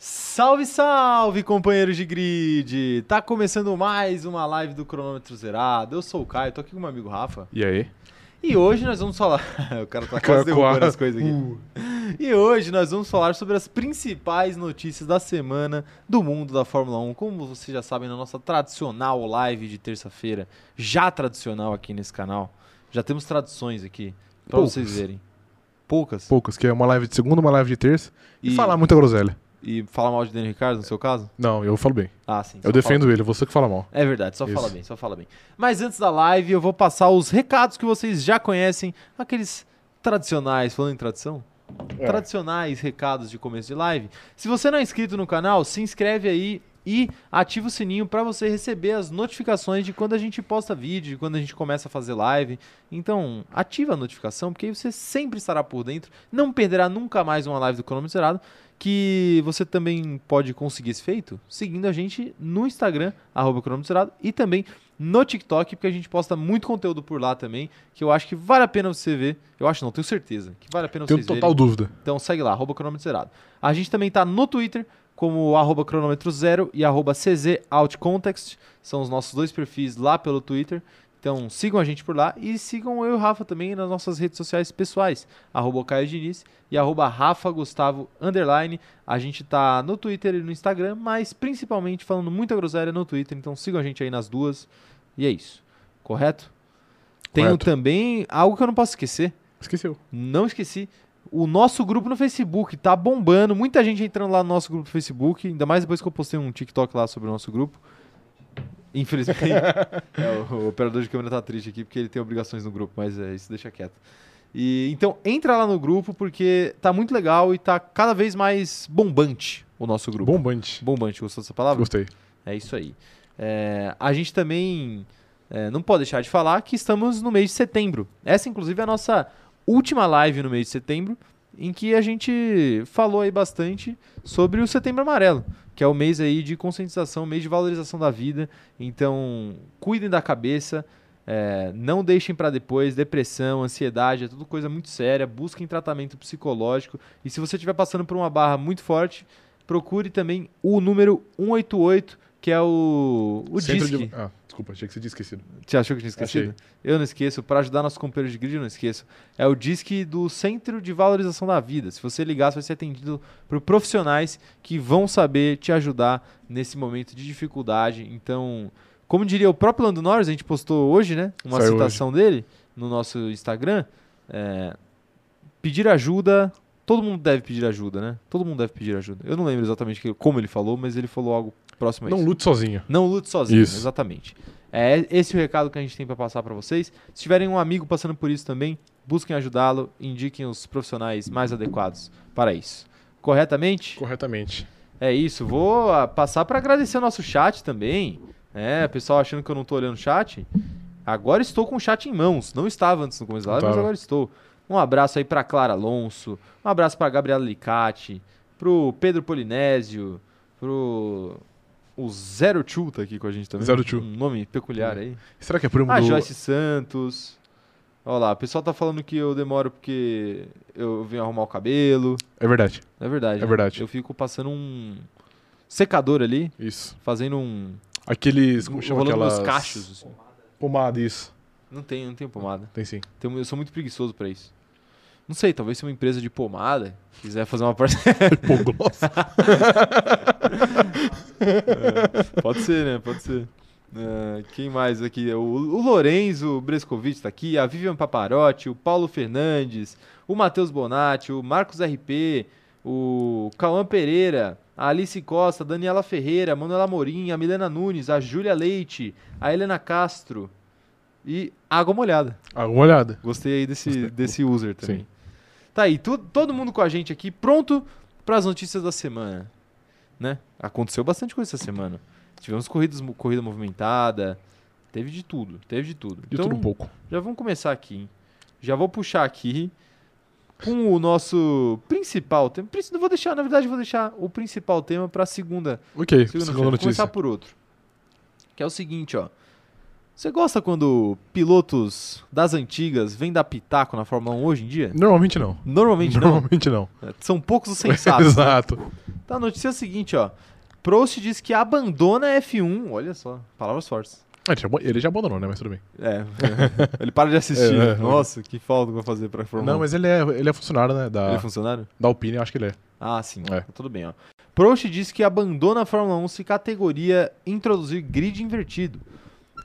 Salve, salve, companheiros de grid! Tá começando mais uma live do Cronômetro Zerado. Eu sou o Caio, tô aqui com meu amigo Rafa. E aí? E hoje nós vamos falar. o cara tá quase derrubando as coisas Hum. aqui. Uh. E hoje nós vamos falar sobre as principais notícias da semana do mundo da Fórmula 1. Como vocês já sabem, na nossa tradicional live de terça-feira, já tradicional aqui nesse canal, já temos traduções aqui pra Poucas. vocês verem. Poucas. Poucas, que é uma live de segunda, uma live de terça. E, E- falar muita groselha. E fala mal de Daniel Ricardo, no seu caso? Não, eu falo bem. Ah, sim. só fala Eu defendo ele, você que fala mal. É verdade, só Isso. fala bem, só fala bem. Mas antes da live, eu vou passar os recados que vocês já conhecem, aqueles tradicionais, falando em tradição? Tradicionais recados de começo de live. Se você não é inscrito no canal, se inscreve aí e ativa o sininho para você receber as notificações de quando a gente posta vídeo, de quando a gente começa a fazer live. Então, ativa a notificação, porque aí você sempre estará por dentro, não perderá nunca mais uma live do Cronômetro Zerado, que você também pode conseguir esse feito seguindo a gente no Instagram, arroba Cronômetro Zerado, e também no TikTok, porque a gente posta muito conteúdo por lá também, que eu acho que vale a pena você ver. Eu acho não, tenho certeza, que vale a pena Tenho vocês total verem. dúvida. Então segue lá, arroba cronômetro zerado. A gente também tá no Twitter, como arroba cronômetro zero e arroba CZ Outcontext. São os nossos dois perfis lá pelo Twitter. Então sigam a gente por lá e sigam eu e o Rafa também nas nossas redes sociais pessoais, arroba Caio Diniz e arroba Rafa Gustavo Underline. A gente tá no Twitter e no Instagram, mas principalmente falando muita groselha no Twitter, então sigam a gente aí nas duas. E é isso, correto? Tenho Correto. também algo que eu não posso esquecer. Esqueceu. Não esqueci. O nosso grupo no Facebook tá bombando. Muita gente entrando lá no nosso grupo do Facebook. Ainda mais depois que eu postei um TikTok lá sobre o nosso grupo. Infelizmente. é, o, o operador de câmera tá triste aqui porque ele tem obrigações no grupo, mas é, isso deixa quieto. E, então, entra lá no grupo porque tá muito legal e tá cada vez mais bombante o nosso grupo. Bombante. Bombante, gostou dessa palavra? Gostei. É isso aí. É, a gente também é, não pode deixar de falar que estamos no mês de setembro. Essa, inclusive, é a nossa última live no mês de setembro, em que a gente falou aí bastante sobre o Setembro Amarelo, que é o mês aí de conscientização, mês de valorização da vida. Então, cuidem da cabeça, é, não deixem pra depois depressão, ansiedade, é tudo coisa muito séria. Busquem tratamento psicológico. E se você estiver passando por uma barra muito forte, procure também o número 188, que é o, o Centro DISC. de- Ah, desculpa, achei que você tinha esquecido. Você achou que eu tinha esquecido? Eu não esqueço. Para ajudar nossos companheiros de grid, eu não esqueço. É o DISC do Centro de Valorização da Vida. Se você ligar, você vai ser atendido por profissionais que vão saber te ajudar nesse momento de dificuldade. Então, como diria o próprio Lando Norris, a gente postou hoje, né? Uma Saiu citação dele no nosso Instagram. É, pedir ajuda. Todo mundo deve pedir ajuda, né? Todo mundo deve pedir ajuda. Eu não lembro exatamente que- como ele falou, mas ele falou algo próximo a isso. Não lute sozinho. Não lute sozinho, Isso. exatamente. É esse o recado que a gente tem para passar para vocês. Se tiverem um amigo passando por isso também, busquem ajudá-lo, indiquem os profissionais mais adequados para isso. Corretamente? Corretamente. É isso. Vou ah, passar para agradecer o nosso chat também. É, o pessoal achando que eu não tô olhando o chat. Agora estou com o chat em mãos. Não estava antes no começo da live, Não mas tava. agora estou. Um abraço aí para Clara Alonso, um abraço para Gabriela Licati, pro Pedro Polinésio, pro o Zero Two tá aqui com a gente também. Zero Two. Um nome peculiar aí. Será que é primo A do... Ah, Joyce Santos. Olha lá, o pessoal tá falando que eu demoro porque eu venho arrumar o cabelo. É verdade. É verdade. É né? verdade. Eu fico passando um secador ali, Isso. fazendo um. Aqueles... Como chama rolando aquelas... meus cachos. assim. Pomada, isso. Não tenho, não tenho pomada. Tem sim. Tenho- eu sou muito preguiçoso pra isso. Não sei, talvez se uma empresa de pomada quiser fazer uma parte. Pô, nossa. Pode ser, né? Pode ser. Ah, quem mais aqui? O, o Lorenzo Brescovitch tá aqui, a Vivian Paparotti, o Paulo Fernandes, o Matheus Bonatti, o Marcos RP, o Cauã Pereira, a Alice Costa, a Daniela Ferreira, a Manuela Morim, a Milena Nunes, a Júlia Leite, a Helena Castro e Água Molhada. Alguma Ah, olhada. Gostei aí desse, Gostei. desse user também. Sim. Tá aí, tu- todo mundo com a gente aqui, pronto para as notícias da semana. Né? Aconteceu bastante coisa essa semana. Tivemos corridas, mo- corrida movimentada, teve de tudo, teve de tudo. Então, De tudo um pouco. já vamos começar aqui. hein? Já vou puxar aqui com o nosso principal tema. Prin- Vou deixar, na verdade, vou deixar o principal tema para a segunda Ok, segunda, Segunda-feira. Vou notícia. começar por outro. Que é o seguinte, ó. Você gosta quando pilotos das antigas vêm dar pitaco na Fórmula 1 hoje em dia? Normalmente não. Normalmente não. Normalmente não. São poucos os sensatos. Exato. Tá, a notícia é a seguinte, ó. Prost diz que abandona a F1. Olha só, palavras fortes. Ah, ele já abo- Ele já abandonou, né? Mas tudo bem. É, ele para de assistir. É, é. Nossa, que falta que vai fazer pra Fórmula Não, 1. mas ele é, ele é funcionário, né? Ele é Da, funcionário? da Alpine, eu acho que ele é. Ah, sim. É. Tá Tudo bem, ó. Prost diz que abandona a Fórmula 1 se categoria introduzir grid invertido.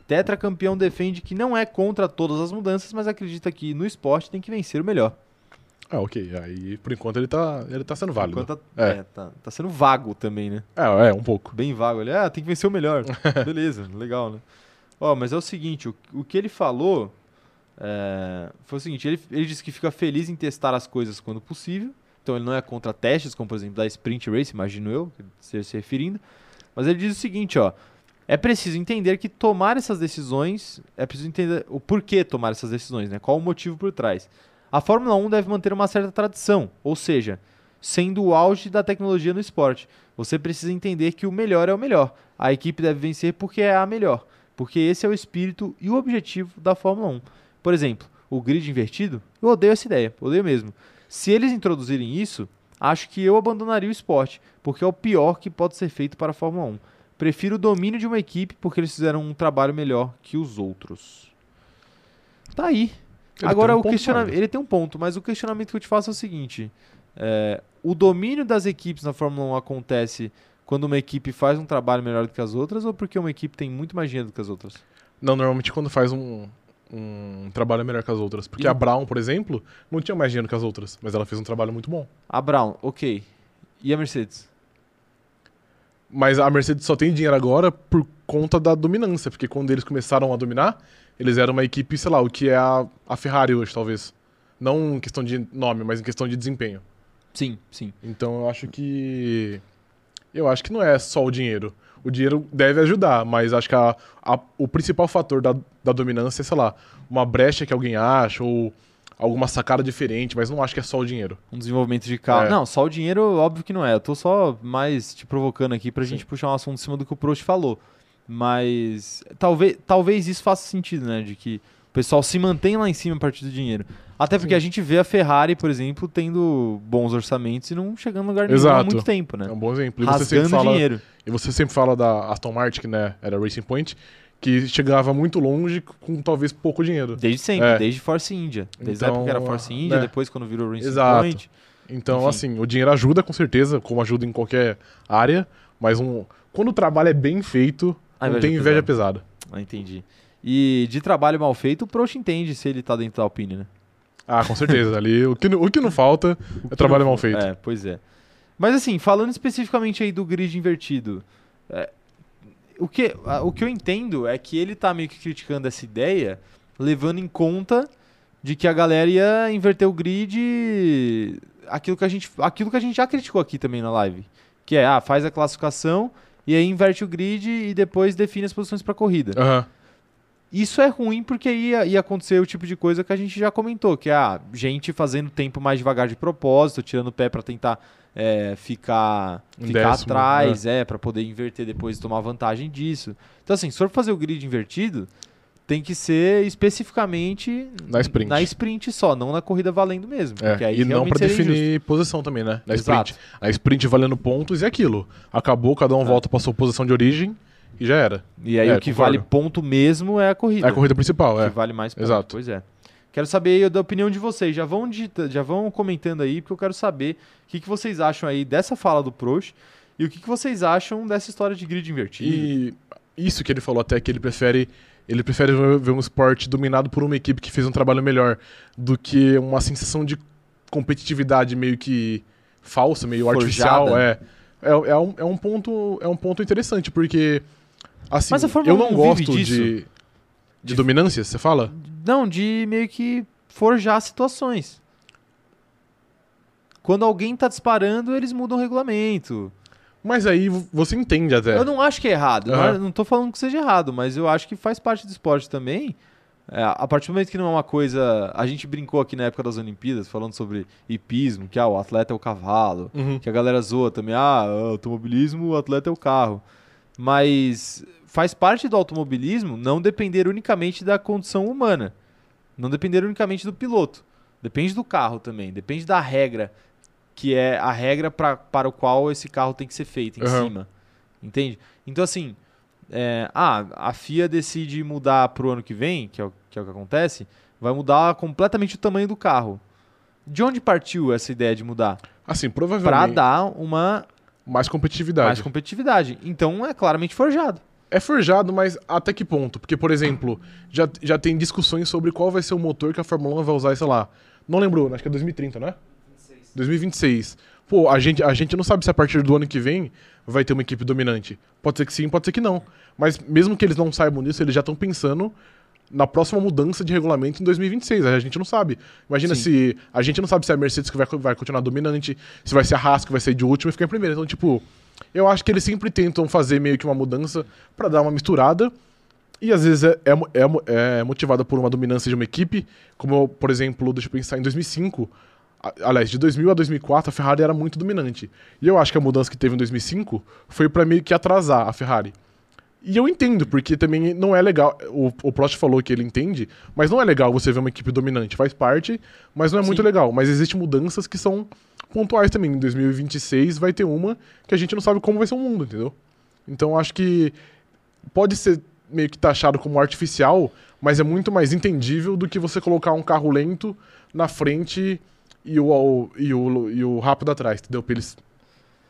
Tetracampeão defende que não é contra todas as mudanças, mas acredita que no esporte tem que vencer o melhor. Ah, ok. Aí, por enquanto, ele tá, ele tá sendo válido. Enquanto tá, É. é, tá, tá sendo vago também, né? É, é, um pouco. Bem vago. Ele, ah, tem que vencer o melhor. Beleza, legal, né? Ó, mas é o seguinte, o, o que ele falou é, foi o seguinte, ele, ele disse que fica feliz em testar as coisas quando possível, então ele não é contra testes, como por exemplo da Sprint Race, imagino eu, que ele esteja se referindo, mas ele diz o seguinte, ó, é preciso entender que tomar essas decisões, é preciso entender o porquê tomar essas decisões, né? Qual o motivo por trás. A Fórmula 1 deve manter uma certa tradição, ou seja, sendo o auge da tecnologia no esporte. Você precisa entender que o melhor é o melhor. A equipe deve vencer porque é a melhor, porque esse é o espírito e o objetivo da Fórmula 1. Por exemplo, o grid invertido, eu odeio essa ideia, odeio mesmo. Se eles introduzirem isso, acho que eu abandonaria o esporte, porque é o pior que pode ser feito para a Fórmula 1. Prefiro o domínio de uma equipe porque eles fizeram um trabalho melhor que os outros. Tá aí. Ele Agora, tem um o ponto questionamento. válido. Ele tem um ponto, mas o questionamento que eu te faço é o seguinte: é, o domínio das equipes na Fórmula 1 acontece quando uma equipe faz um trabalho melhor do que as outras ou porque uma equipe tem muito mais dinheiro do que as outras? Não, normalmente quando faz um, um trabalho melhor que as outras. Porque E- a Brown, por exemplo, não tinha mais dinheiro que as outras, mas ela fez um trabalho muito bom. A Brown, ok. E a Mercedes? Mas a Mercedes só tem dinheiro agora por conta da dominância, porque quando eles começaram a dominar, eles eram uma equipe, sei lá, o que é a, a Ferrari hoje, talvez. Não em questão de nome, mas em questão de desempenho. Sim, sim. Então eu acho que. Eu acho que não é só o dinheiro. O dinheiro deve ajudar, mas acho que a- a- o principal fator da, da dominância é, sei lá, uma brecha que alguém acha ou alguma sacada diferente, mas não acho que é só o dinheiro. Um desenvolvimento de carro. É. Não, só o dinheiro, óbvio que não é. Eu tô só mais te provocando aqui pra gente puxar um assunto em cima do que o Prost falou. Mas talvez, talvez isso faça sentido, né? De que o pessoal se mantém lá em cima a partir do dinheiro. Até porque Sim. a gente vê a Ferrari, por exemplo, tendo bons orçamentos e não chegando em lugar nenhum há Exato. muito tempo, É né? um bom exemplo. E você, sempre Rasgando fala, dinheiro. e você sempre fala da Aston Martin, que né, era Racing Point, que chegava muito longe com talvez pouco dinheiro. Desde sempre, É. desde Force India. Desde a Então, época que era Force ah, India, né. depois quando virou Racing Exato. Point. Então, Enfim. assim, o dinheiro ajuda com certeza, como ajuda em qualquer área, mas um, quando o trabalho é bem feito, A não inveja é tem inveja pesada. Ah, entendi. E de trabalho mal feito, o Prost entende se ele tá dentro da Alpine, né? Ah, com certeza. Ali, o, que, não- o que não falta é trabalho mal feito. É, pois é. Mas assim, falando especificamente aí do grid invertido, é, o, que, a- o que eu entendo é que ele tá meio que criticando essa ideia, levando em conta de que a galera ia inverter o grid aquilo que a gente, aquilo que a gente já criticou aqui também na live. Que é, ah, faz a classificação e aí inverte o grid e depois define as posições pra corrida. Aham. Isso é ruim porque ia, ia acontecer o tipo de coisa que a gente já comentou, que é a gente fazendo tempo mais devagar de propósito, tirando o pé pra tentar é, ficar, Um ficar décimo, atrás, é, pra poder inverter depois e tomar vantagem disso. Então assim, se for fazer o grid invertido, tem que ser especificamente Na sprint. na sprint só, não na corrida valendo mesmo. É, porque aí e não realmente pra seria definir injusto. posição também, né? Na Exato. É. sprint. A sprint valendo pontos e é aquilo. Acabou, cada um volta pra sua posição de origem e já era. E aí É, o que concordo. vale ponto mesmo é a corrida. É a corrida principal, é. que vale mais ponto. Exato. Pois é. Quero saber aí da opinião de vocês. Já vão, digita- já vão comentando aí, porque eu quero saber o que, que vocês acham aí dessa fala do Prost e o que, que vocês acham dessa história de grid invertido. E isso que ele falou até, que ele prefere. Ele prefere ver- ver um esporte dominado por uma equipe que fez um trabalho melhor do que uma sensação de competitividade meio que falsa, meio Forjada. artificial. É, é, é um, é, um ponto, é um ponto interessante, porque. Assim, Mas a Fórmula eu não 1 vive gosto disso. de. De, dominância, você fala? Não, de meio que forjar situações. Quando alguém tá disparando, eles mudam o regulamento. Mas aí vo- você entende até. Eu não acho que é errado. Não, Aham. é- não tô falando que seja errado, mas eu acho que faz parte do esporte também. É, a partir do momento que não é uma coisa. A gente brincou aqui na época das Olimpíadas, falando sobre hipismo, que ah, o atleta é o cavalo, Uhum. que a galera zoa também, ah, automobilismo, o atleta é o carro. Mas faz parte do automobilismo não depender unicamente da condição humana, não depender unicamente do piloto. Depende do carro também, depende da regra que é a regra pra, para o qual esse carro tem que ser feito, em Aham. cima. Entende? Então, assim, é, ah, a FIA decide mudar pro ano que vem, que é, o, que é o que acontece, vai mudar completamente o tamanho do carro. De onde partiu essa ideia de mudar? Assim, Para provavelmente dar uma mais competitividade. mais competitividade. Então é claramente forjado. É forjado, mas até que ponto? Porque, por exemplo, já, já tem discussões sobre qual vai ser o motor que a Fórmula 1 vai usar, sei lá. Não lembrou, acho que é 2030, né? 2026. Pô, a gente, a gente não sabe se a partir do ano que vem vai ter uma equipe dominante. Pode ser que sim, pode ser que não. Mas mesmo que eles não saibam disso, eles já estão pensando na próxima mudança de regulamento em 2026. A gente não sabe. Imagina Sim. se. A gente não sabe se é a Mercedes que vai, co- vai continuar dominante, se vai ser a Haas que vai sair de último e ficar em primeiro. Então, tipo, eu acho que eles sempre tentam fazer meio que uma mudança pra dar uma misturada. E às vezes é, é, mo- é mo- é motivada por uma dominância de uma equipe, como, por exemplo, deixa eu pensar, em 2005, a- aliás, de 2000 a 2004, a Ferrari era muito dominante. E eu acho que a mudança que teve em 2005 foi pra meio que atrasar a Ferrari. E eu entendo, porque também não é legal. O, o Prost falou que ele entende, mas não é legal você ver uma equipe dominante. Faz parte, mas não é muito Sim. legal. Mas existem mudanças que são pontuais também. Em 2026 vai ter uma que a gente não sabe como vai ser o mundo, entendeu? Então acho que pode ser meio que taxado como artificial, mas é muito mais entendível do que você colocar um carro lento na frente e o, o- e o, e o rápido atrás, entendeu? Pra eles-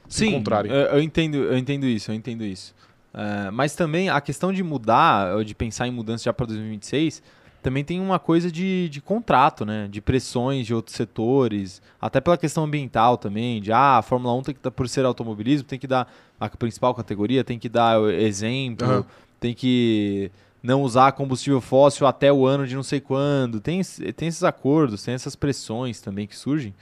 Sim, contrário. Eu, eu entendo, eu entendo isso, eu entendo isso. É, mas também a questão de mudar, ou de pensar em mudança já para 2026, também tem uma coisa de, de contrato, né? De pressões de outros setores, até pela questão ambiental também, de ah, a Fórmula 1 tem que dar, por ser automobilismo, tem que dar a principal categoria, tem que dar exemplo, Aham. tem que não usar combustível fóssil até o ano de não sei quando. Tem, esse- tem esses acordos, tem essas pressões também que surgem.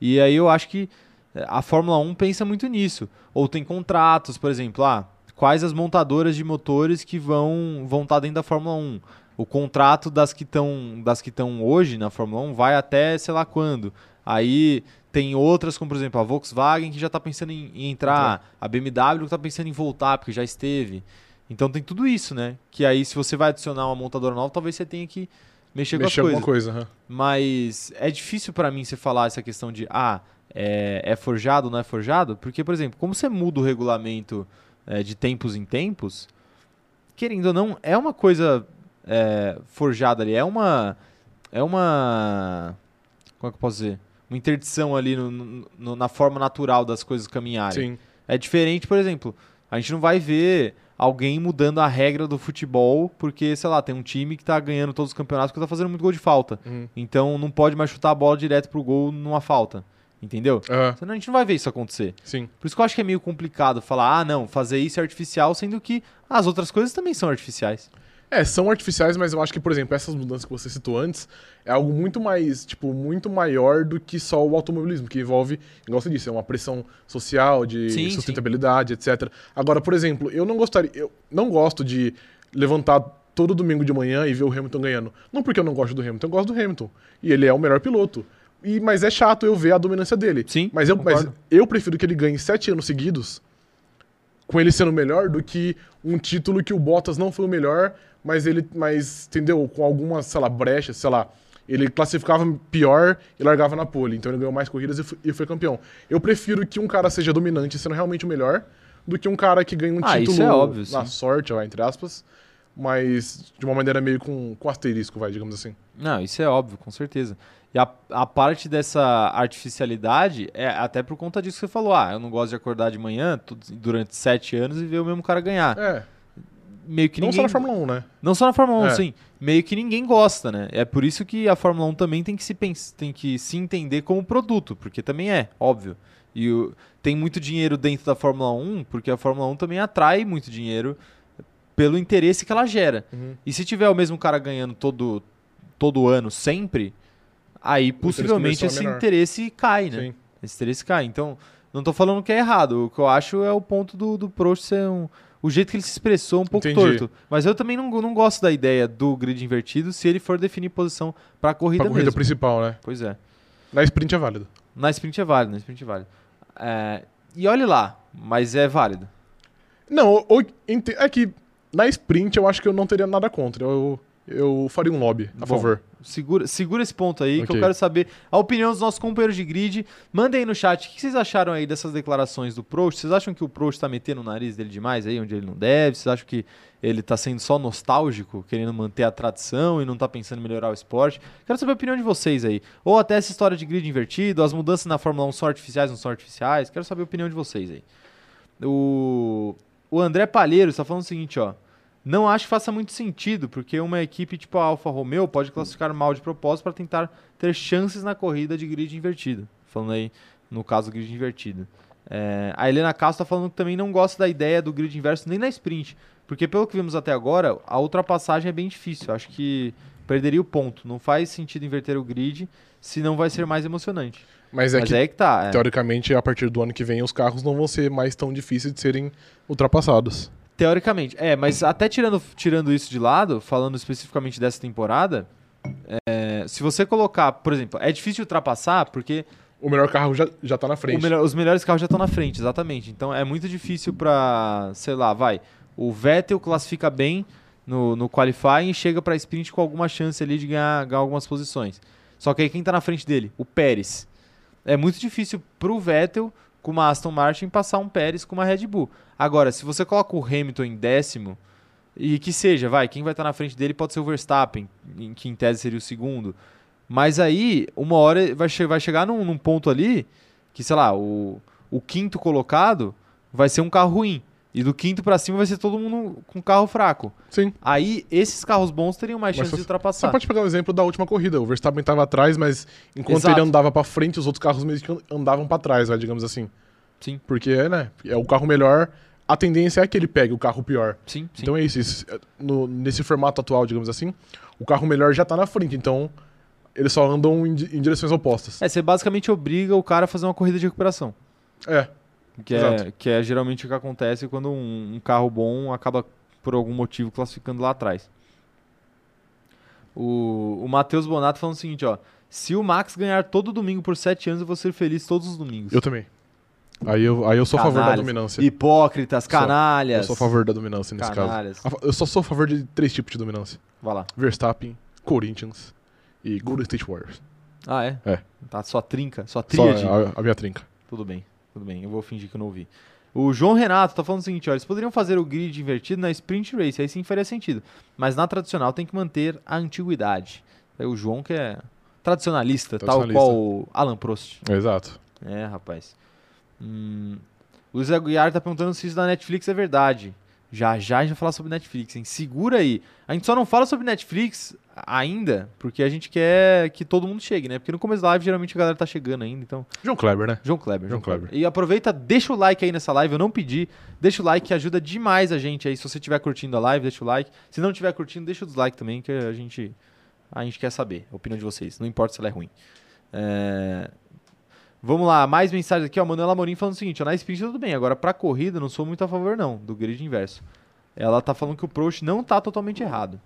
E aí eu acho que eh, a Fórmula 1 pensa muito nisso. Ou tem contratos, por exemplo, ah, quais as montadoras de motores que vão vão estar dentro da Fórmula 1. O contrato das que estão das que estão hoje na Fórmula 1 vai até sei lá quando. Aí tem outras, como por exemplo a Volkswagen, que já está pensando em, em entrar, a BMW que está pensando em voltar, porque já esteve. Então tem tudo isso, né? Que aí se você vai adicionar uma montadora nova, talvez você tenha que mexer, mexer com as alguma coisas. coisa. aham. Mas é difícil pra mim você falar essa questão de ah, é, é forjado ou não é forjado, porque, por exemplo, como você muda o regulamento é, de tempos em tempos, querendo ou não, é uma coisa é, forjada ali, é uma. É uma. Como é que eu posso dizer? Uma interdição ali no- no- no- na forma natural das coisas caminharem. Sim. É diferente, por exemplo, a gente não vai ver alguém mudando a regra do futebol porque, sei lá, tem um time que tá ganhando todos os campeonatos porque tá fazendo muito gol de falta. Uhum. Então não pode mais chutar a bola direto pro gol numa falta. Entendeu? Aham, Senão a gente não vai ver isso acontecer. sim. Por isso que eu acho que é meio complicado falar, ah, não, fazer isso é artificial, sendo que as outras coisas também são artificiais. É, são artificiais, mas eu acho que, por exemplo, essas mudanças que você citou antes é algo muito mais, tipo, muito maior do que só o automobilismo, que envolve, igual você disse, é uma pressão social, de Sim, sustentabilidade, etc. Agora, por exemplo, eu não gostaria, eu não gosto de levantar todo domingo de manhã e ver o Hamilton ganhando. Não porque eu não gosto do Hamilton, eu gosto do Hamilton. E ele é o melhor piloto. E, mas é chato eu ver a dominância dele. Sim, Mas eu, mas concordo. eu prefiro que ele ganhe sete anos seguidos com ele sendo melhor do que um título que o Bottas não foi o melhor, mas ele, mas entendeu, com alguma, sei lá, brecha, sei lá, ele classificava pior e largava na pole, então ele ganhou mais corridas e, f- e foi campeão. Eu prefiro que um cara seja dominante sendo realmente o melhor do que um cara que ganha um Ah, título isso é óbvio, na sim. sorte, vai, entre aspas, mas de uma maneira meio com, com asterisco, vai, digamos assim. Não, isso é óbvio, com certeza. E a, a parte dessa artificialidade é até por conta disso que você falou. Ah, eu não gosto de acordar de manhã todos- durante sete anos e ver o mesmo cara ganhar. É, Meio Ah, que não ninguém. só na Fórmula 1, né? Não só na Fórmula 1, É. sim. Meio que ninguém gosta, né? É por isso que a Fórmula 1 também tem que se, pens- tem que se entender como produto, porque também é, óbvio. E o- tem muito dinheiro dentro da Fórmula 1, porque a Fórmula 1 também atrai muito dinheiro pelo interesse que ela gera. Uhum. E se tiver o mesmo cara ganhando todo, todo ano, sempre, aí possivelmente comercial é esse menor. interesse cai, né? Sim. Esse 3K. Então, não tô falando que é errado. O que eu acho é o ponto do, do Prost ser um. O jeito que ele se expressou um pouco Entendi. torto. Mas eu também não, não gosto da ideia do grid invertido se ele for definir posição pra corrida Pra corrida mesmo. principal, né? Pois é. Na sprint é válido. Na sprint é válido, na sprint é válido. É, e olhe lá, mas é válido. Não, eu- eu ente- é que na sprint eu acho que eu não teria nada contra. Eu, eu faria um lobby a Tá Bom, favor. Segura, segura esse ponto aí, que eu Ok. quero saber a opinião dos nossos companheiros de grid. Mandem aí no chat o que vocês acharam aí dessas declarações do Prost. Vocês acham que o Prost tá metendo o nariz dele demais aí, onde ele não deve? Vocês acham que ele tá sendo só nostálgico, querendo manter a tradição e não tá pensando em melhorar o esporte? Quero saber a opinião de vocês aí. Ou até essa história de grid invertido, as mudanças na Fórmula 1 são artificiais, não são artificiais. Quero saber a opinião de vocês aí. O, o André Palheiro está falando o seguinte, ó. Não acho que faça muito sentido, porque uma equipe tipo a Alfa Romeo pode classificar mal de propósito para tentar ter chances na corrida de grid invertido. Falando aí, no caso, grid invertido. É, a Helena Castro está falando que também não gosta da ideia do grid inverso nem na sprint, porque pelo que vimos até agora, a ultrapassagem é bem difícil. Acho que perderia o ponto. Não faz sentido inverter o grid, senão vai ser mais emocionante. Mas é Mas que, é aí que tá. é. teoricamente, a partir do ano que vem, os carros não vão ser mais tão difíceis de serem ultrapassados. Teoricamente. É, mas até tirando, tirando isso de lado, falando especificamente dessa temporada, é, se você colocar, por exemplo, é difícil ultrapassar porque O melhor carro já, já tá na o frente. melhor- os melhores carros já estão na frente, exatamente. Então é muito difícil pra, sei lá, vai. O Vettel classifica bem no, no qualifying e chega pra sprint com alguma chance ali de ganhar, ganhar algumas posições. Só que aí quem tá na frente dele? O Pérez. É muito difícil pro Vettel com uma Aston Martin passar um Pérez com uma Red Bull. Agora, se você coloca o Hamilton em décimo, e que seja, vai, quem vai estar na frente dele pode ser o Verstappen, em que em tese seria o segundo. Mas aí, uma hora vai, che- vai chegar num, num ponto ali que, sei lá, o, o quinto colocado vai ser um carro ruim. E do quinto pra cima vai ser todo mundo com um carro fraco. Sim. Aí, esses carros bons teriam mais Mas chance de você- Você ultrapassar. pode pegar o exemplo da última corrida. O Verstappen tava atrás, mas enquanto Exato. ele andava pra frente, os outros carros meio que andavam pra trás, vai, digamos assim. Sim. Porque, né, é o carro melhor, a tendência é que ele pegue o carro pior. Sim, sim. Então é isso. isso é, no- nesse formato atual, digamos assim, o carro melhor já tá na frente, então eles só andam em, di- em direções opostas. É, você basicamente obriga o cara a fazer uma corrida de recuperação. É. Que é, Exato. que é geralmente o que acontece quando um, um carro bom acaba, por algum motivo, classificando lá atrás. O, o Matheus Bonato falando o seguinte, ó. Se o Max ganhar todo domingo por 7 anos, eu vou ser feliz todos os domingos. Eu também. Aí eu, aí eu sou a favor da Canalhas, dominância. Hipócritas, canalhas. Eu sou a favor da dominância nesse Canalhas. caso. A fa- Eu só sou a favor de três tipos de dominância: Vai lá. Verstappen, Corinthians e Golden State Warriors. Ah, é? É. Tá, só trinca, só Só é, tríade. a, a minha trinca. Tudo bem, tudo bem. Eu vou fingir que eu não ouvi. O João Renato tá falando o seguinte, ó, eles poderiam fazer o grid invertido na sprint race, aí sim faria sentido. Mas na tradicional tem que manter a antiguidade. Aí o João que é tradicionalista, Tradicionalista. tal qual o Alan Prost. Exato. É, rapaz. Hum, Luiz Aguiar tá perguntando se isso da Netflix é verdade. Já já a gente vai falar sobre Netflix, hein? Segura aí. A gente só não fala sobre Netflix ainda, porque a gente quer que todo mundo chegue, né? Porque no começo da live geralmente a galera tá chegando ainda, então João Kleber, né? João Kleber. João Kleber. E aproveita, deixa o like aí nessa live, eu não pedi. Deixa o like que ajuda demais a gente aí. Se você estiver curtindo a live, deixa o like. Se não estiver curtindo, deixa o dislike também, que a gente, a gente quer saber a opinião de vocês. Não importa se ela é ruim. É, Vamos lá, mais mensagens aqui. Ó, Manuela Amorim falando o seguinte: ó, na sprint tudo bem, agora pra corrida não sou muito a favor não, do grid inverso. Ela tá falando que o Prost não tá totalmente errado.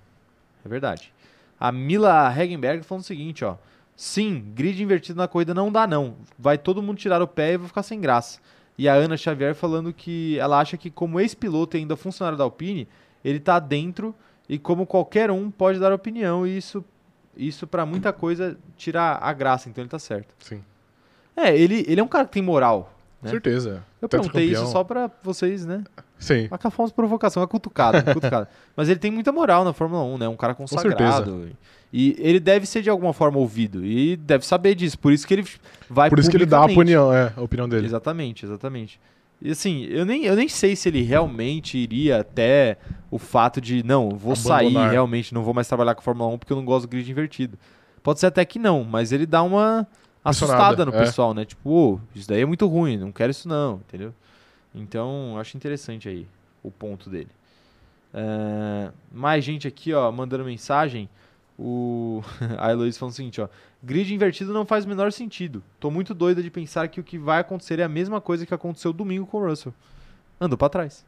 É verdade. A Mila Hegenberg falando o seguinte, ó. Sim, grid invertido na corrida não dá não. Vai todo mundo tirar o pé e vai ficar sem graça. E a Ana Xavier falando que ela acha que como ex-piloto e ainda funcionário da Alpine, ele tá dentro e como qualquer um pode dar opinião e isso isso para muita coisa tira a graça, então ele tá certo. Sim. É, ele, ele é um cara que tem moral. Com Né? certeza. Eu perguntei isso Tetracampeão. só pra vocês, né? Sim. Mas que foi uma provocação, é uma cutucada, uma cutucada. Mas ele tem muita moral na Fórmula 1, né? Um cara consagrado. E ele deve ser de alguma forma ouvido. E deve saber disso. Por isso que ele vai Por isso que ele dá a publicamente. opinião, é, a opinião dele. Exatamente, exatamente. E assim, eu nem, eu nem sei se ele realmente iria até o fato de, não, eu vou sair Abandonar. realmente, não vou mais trabalhar com a Fórmula 1 porque eu não gosto do grid invertido. Pode ser até que não, mas ele dá uma assustada Pressionada, no é. pessoal, né? Tipo, "Ô, isso daí é muito ruim, não quero isso não, entendeu? Então, acho interessante aí o ponto dele. É, mais gente aqui, ó, mandando mensagem. O... A Heloísa falando o seguinte, ó. Grid invertido não faz o menor sentido. Tô muito doida de pensar que o que vai acontecer é a mesma coisa que aconteceu domingo com o Russell. Andou pra trás.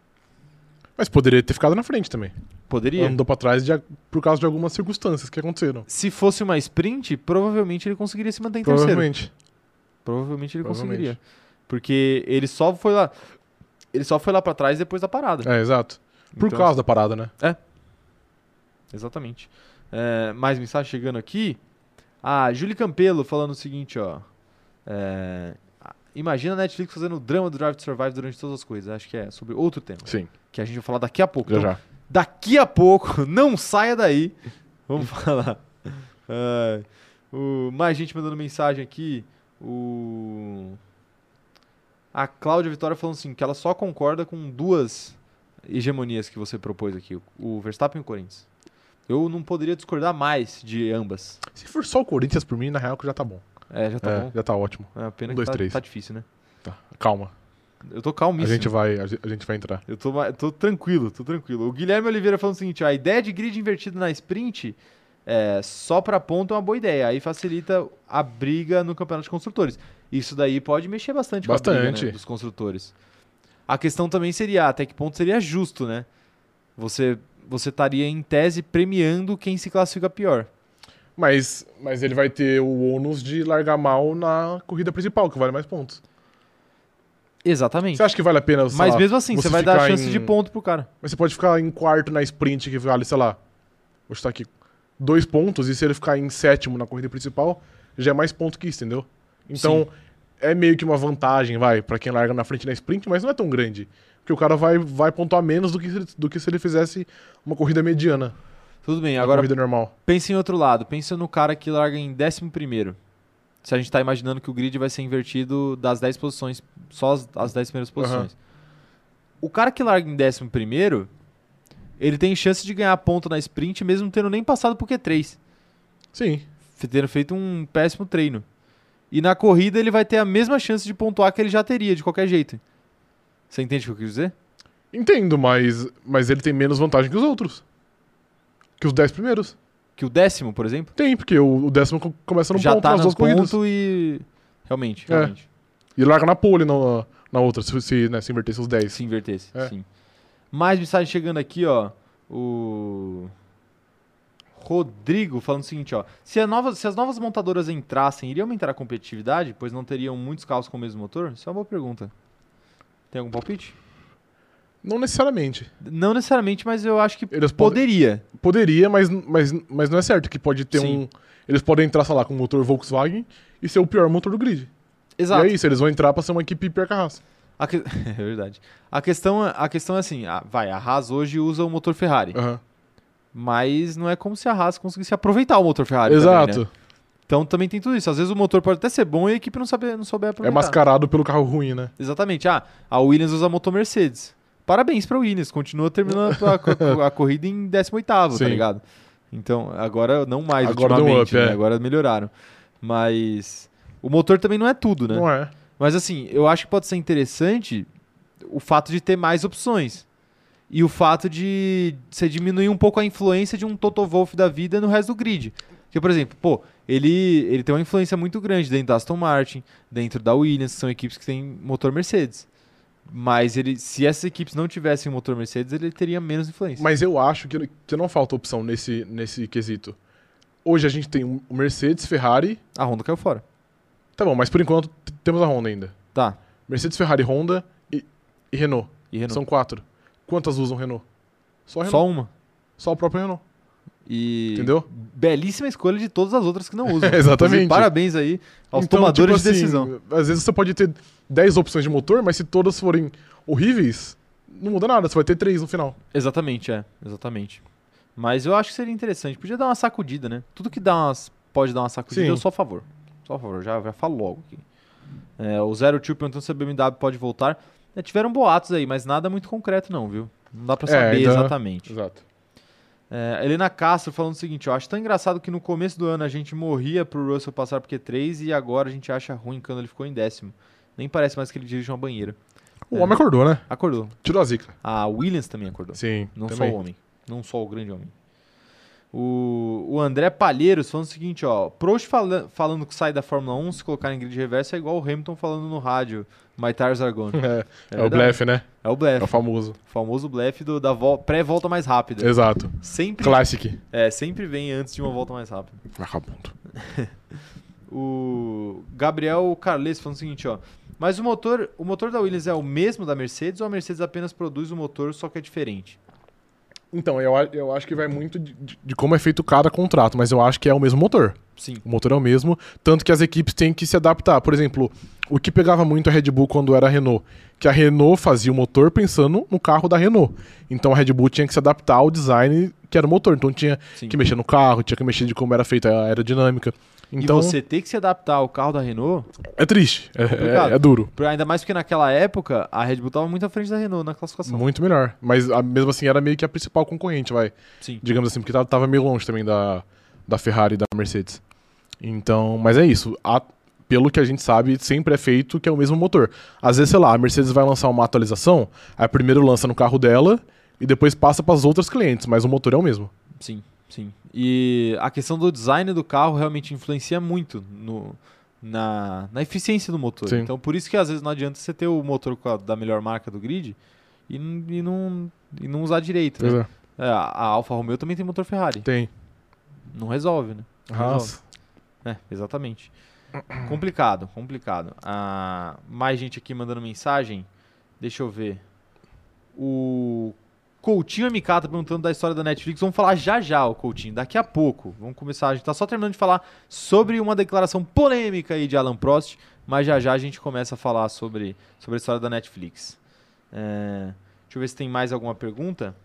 Mas poderia ter ficado na frente também. Poderia. Andou pra trás de- por causa de algumas circunstâncias que aconteceram. Se fosse uma sprint, provavelmente ele conseguiria se manter em terceiro. Provavelmente. Provavelmente ele Provavelmente. conseguiria. Porque ele só foi lá. Ele só foi lá pra trás depois da parada. É, exato. É, Por Então, causa da parada, né? Exatamente. É, mais mensagem chegando aqui. A Julie Campelo falando o seguinte, ó. É, imagina a Netflix fazendo o drama do Drive to Survive durante todas as coisas. Acho que é sobre outro tema, Sim, que a gente vai falar daqui a pouco. já Então, já. daqui a pouco, não saia daí. Vamos falar. Ai, o- mais gente mandando mensagem aqui. O... A Cláudia Vitória falando assim, que ela só concorda com duas hegemonias que você propôs aqui, o- o Verstappen e o Corinthians. Eu não poderia discordar mais de ambas. Se for só o Corinthians por mim, na real que já tá bom. É, já tá é, bom. já tá ótimo. É, a pena que Um, dois, tá, três. tá difícil, né? Tá. Calma. Eu tô A calmíssimo. gente vai a ge- a gente vai entrar. Eu tô, ma- tô tranquilo, tô tranquilo. O Guilherme Oliveira falando o seguinte: ó, a ideia de grid invertido na sprint é, só pra ponta é uma boa ideia. Aí facilita a briga no campeonato de construtores. Isso daí pode mexer bastante, com a briga, Bastante. né, dos construtores. A questão também seria até que ponto seria justo, né? Você você estaria em tese premiando quem se classifica pior. Mas, mas ele vai ter o ônus de largar mal na corrida principal, que vale mais pontos. Exatamente. Você acha que vale a pena, sei Mas lá, mesmo assim, você, você vai dar ficar chance de em- ponto pro cara. Mas você pode ficar em quarto na sprint que vale, sei lá. Vou chutar aqui. Dois pontos, e se ele ficar em sétimo na corrida principal, já é mais ponto que isso, entendeu? Então, é meio que uma vantagem, vai, pra quem larga na frente na sprint, mas não é tão grande. Porque o cara vai, vai pontuar menos do que, se ele, do que se ele fizesse uma corrida mediana, Tudo bem, Agora, agora corrida normal. Pensa em outro lado, pensa no cara que larga em 11. Se a gente tá imaginando que o grid vai ser invertido das 10 posições, só as, as 10 primeiras posições. O cara que larga em 11, ele tem chance de ganhar ponto na sprint, mesmo tendo nem passado pro Q3, Sim, fe- tendo feito um péssimo treino. E na corrida ele vai ter a mesma chance de pontuar que ele já teria, de qualquer jeito. Você entende o que eu quis dizer? entendo, mas, mas ele tem menos vantagem que os outros. Que os dez primeiros. Que o décimo, por exemplo. Tem, porque o, o décimo co- começa no já ponto tá nas no duas corridas. ponto e. Realmente, É. realmente. E larga na pole na, na outra, se, se, né, se invertesse os 10. Se invertesse, É. sim. Mais mensagem chegando aqui, ó. O. Rodrigo falando o seguinte, ó. Se, a nova, se as novas montadoras entrassem, iria aumentar a competitividade? Pois não teriam muitos carros com o mesmo motor? Isso é uma boa pergunta. Tem algum palpite? Não necessariamente. Não necessariamente, mas eu acho que Eles podem poderia. poderia, mas, mas, mas não é certo que pode ter Sim. um. Eles podem entrar, sei lá, com o motor Volkswagen e ser o pior motor do grid. Exato. E é isso, eles vão entrar pra ser uma equipe pior carraça. A que- É verdade. A questão, a questão é assim, a- vai, a Haas hoje usa o motor Ferrari, Aham. mas não é como se a Haas conseguisse aproveitar o motor Ferrari também, né? Exato. Então também tem tudo isso. Às vezes o motor pode até ser bom e a equipe não, saber, não souber É aproveitar. mascarado pelo carro ruim, né? Exatamente. Ah, a Williams usa motor Mercedes. Parabéns pra Williams. Continua terminando a, co- a corrida em 18º, tá Sim. ligado? Então, agora não mais Agora deu um ultimamente, up, né? é. Agora melhoraram. Mas o motor também não é tudo, né? Não é. Mas assim, eu acho que pode ser interessante o fato de ter mais opções. E o fato de você diminuir um pouco a influência de um Toto Wolff da vida no resto do grid. Porque, por exemplo, pô, ele, ele tem uma influência muito grande dentro da Aston Martin, dentro da Williams, que são equipes que têm motor Mercedes. Mas ele, se essas equipes não tivessem motor Mercedes, ele teria menos influência. Mas eu acho que, que não falta opção nesse, nesse quesito. Hoje a gente tem o Mercedes, Ferrari. A Honda caiu fora. Tá bom, mas por enquanto t- temos a Honda ainda. Tá. Mercedes, Ferrari, Honda e, e Renault. E Renault. São quatro. Quantas usam Renault? Só Renault. Só um? uma. Só o próprio Renault. E Entendeu? belíssima escolha de todas as outras que não usam. Inclusive, Exatamente. parabéns aí aos Então, tomadores tipo de assim, decisão. Às vezes você pode ter 10 opções de motor, mas se todas forem horríveis, não muda nada, você vai ter 3 no final. Exatamente, é. Exatamente. Mas eu acho que seria interessante. Podia dar uma sacudida, né? Tudo que dá umas, pode dar uma sacudida, Sim. eu sou a favor. Sou a favor, já, já falo logo aqui. É, o Zero Two perguntando se a BMW pode voltar. É, tiveram boatos aí, mas nada muito concreto não, viu? Não dá pra É, saber ainda- exatamente. Exato. É, Helena Castro falando o seguinte, eu acho tão engraçado que no começo do ano a gente morria pro Russell passar pro Q3 e agora a gente acha ruim quando ele ficou em décimo. Nem parece mais que ele dirige uma banheira. O É. homem acordou, né? Acordou. Tirou a zica. A Williams também acordou. Sim. Não também. só o homem. Não só o grande homem. O, o André Palheiros falando o seguinte, ó. Prost fala- falando que sai da Fórmula 1, se colocar em grid reverso, é igual o Hamilton falando no rádio. My tires are gone. É, é o verdade. blefe, né? É o É o blefe. famoso. O famoso blefe do- da vo- pré-volta mais rápida. Exato. Sempre, Classic. é, sempre vem antes de uma volta mais rápida. Vagabundo. O Gabriel Carles falando o seguinte, ó. Mas o motor, o motor da Williams é o mesmo da Mercedes ou a Mercedes apenas produz o motor, só que é diferente? Então, eu, a- eu acho que vai muito de, de- de como é feito cada contrato, mas eu acho que é o mesmo motor. Sim. O motor é o mesmo, tanto que as equipes têm que se adaptar. Por exemplo, o que pegava muito a Red Bull quando era a Renault, que a Renault fazia o motor pensando no carro da Renault. Então a Red Bull tinha que se adaptar ao design que era o motor. Então tinha Sim. que mexer no carro, tinha que mexer de como era feita a aerodinâmica. Então E você ter que se adaptar ao carro da Renault, é triste, é, complicado. é- é duro. pra- ainda mais porque naquela época a Red Bull tava muito à frente da Renault na classificação. Muito melhor. Mas a- mesmo assim era meio que a principal concorrente, vai. Sim. digamos assim, porque tava- tava meio longe também da, da Ferrari e da Mercedes. Então, mas é isso. A- pelo que a gente sabe, sempre é feito que é o mesmo motor. Às vezes, sei lá, a Mercedes vai lançar uma atualização, aí primeiro lança no carro dela e depois passa para as outras clientes, mas o motor é o mesmo. Sim, sim. E a questão do design do carro realmente influencia muito no, na, na eficiência do motor. Sim. Então, por isso que às vezes não adianta você ter o motor com a- da melhor marca do grid e, n- e, não, e não usar direito. Né? é. É, a a Alfa Romeo também tem motor Ferrari. Tem. Não resolve, né? Não resolve. Haas. É, exatamente. complicado, complicado. Ah, mais gente aqui mandando mensagem. Deixa eu ver. O Coutinho MK tá perguntando da história da Netflix. Vamos falar já já, o Coutinho, daqui a pouco. Vamos começar. A gente tá só terminando de falar sobre uma declaração polêmica aí de Alan Prost, mas já já a gente começa a falar sobre, sobre a história da Netflix. É, deixa eu ver se tem mais alguma pergunta.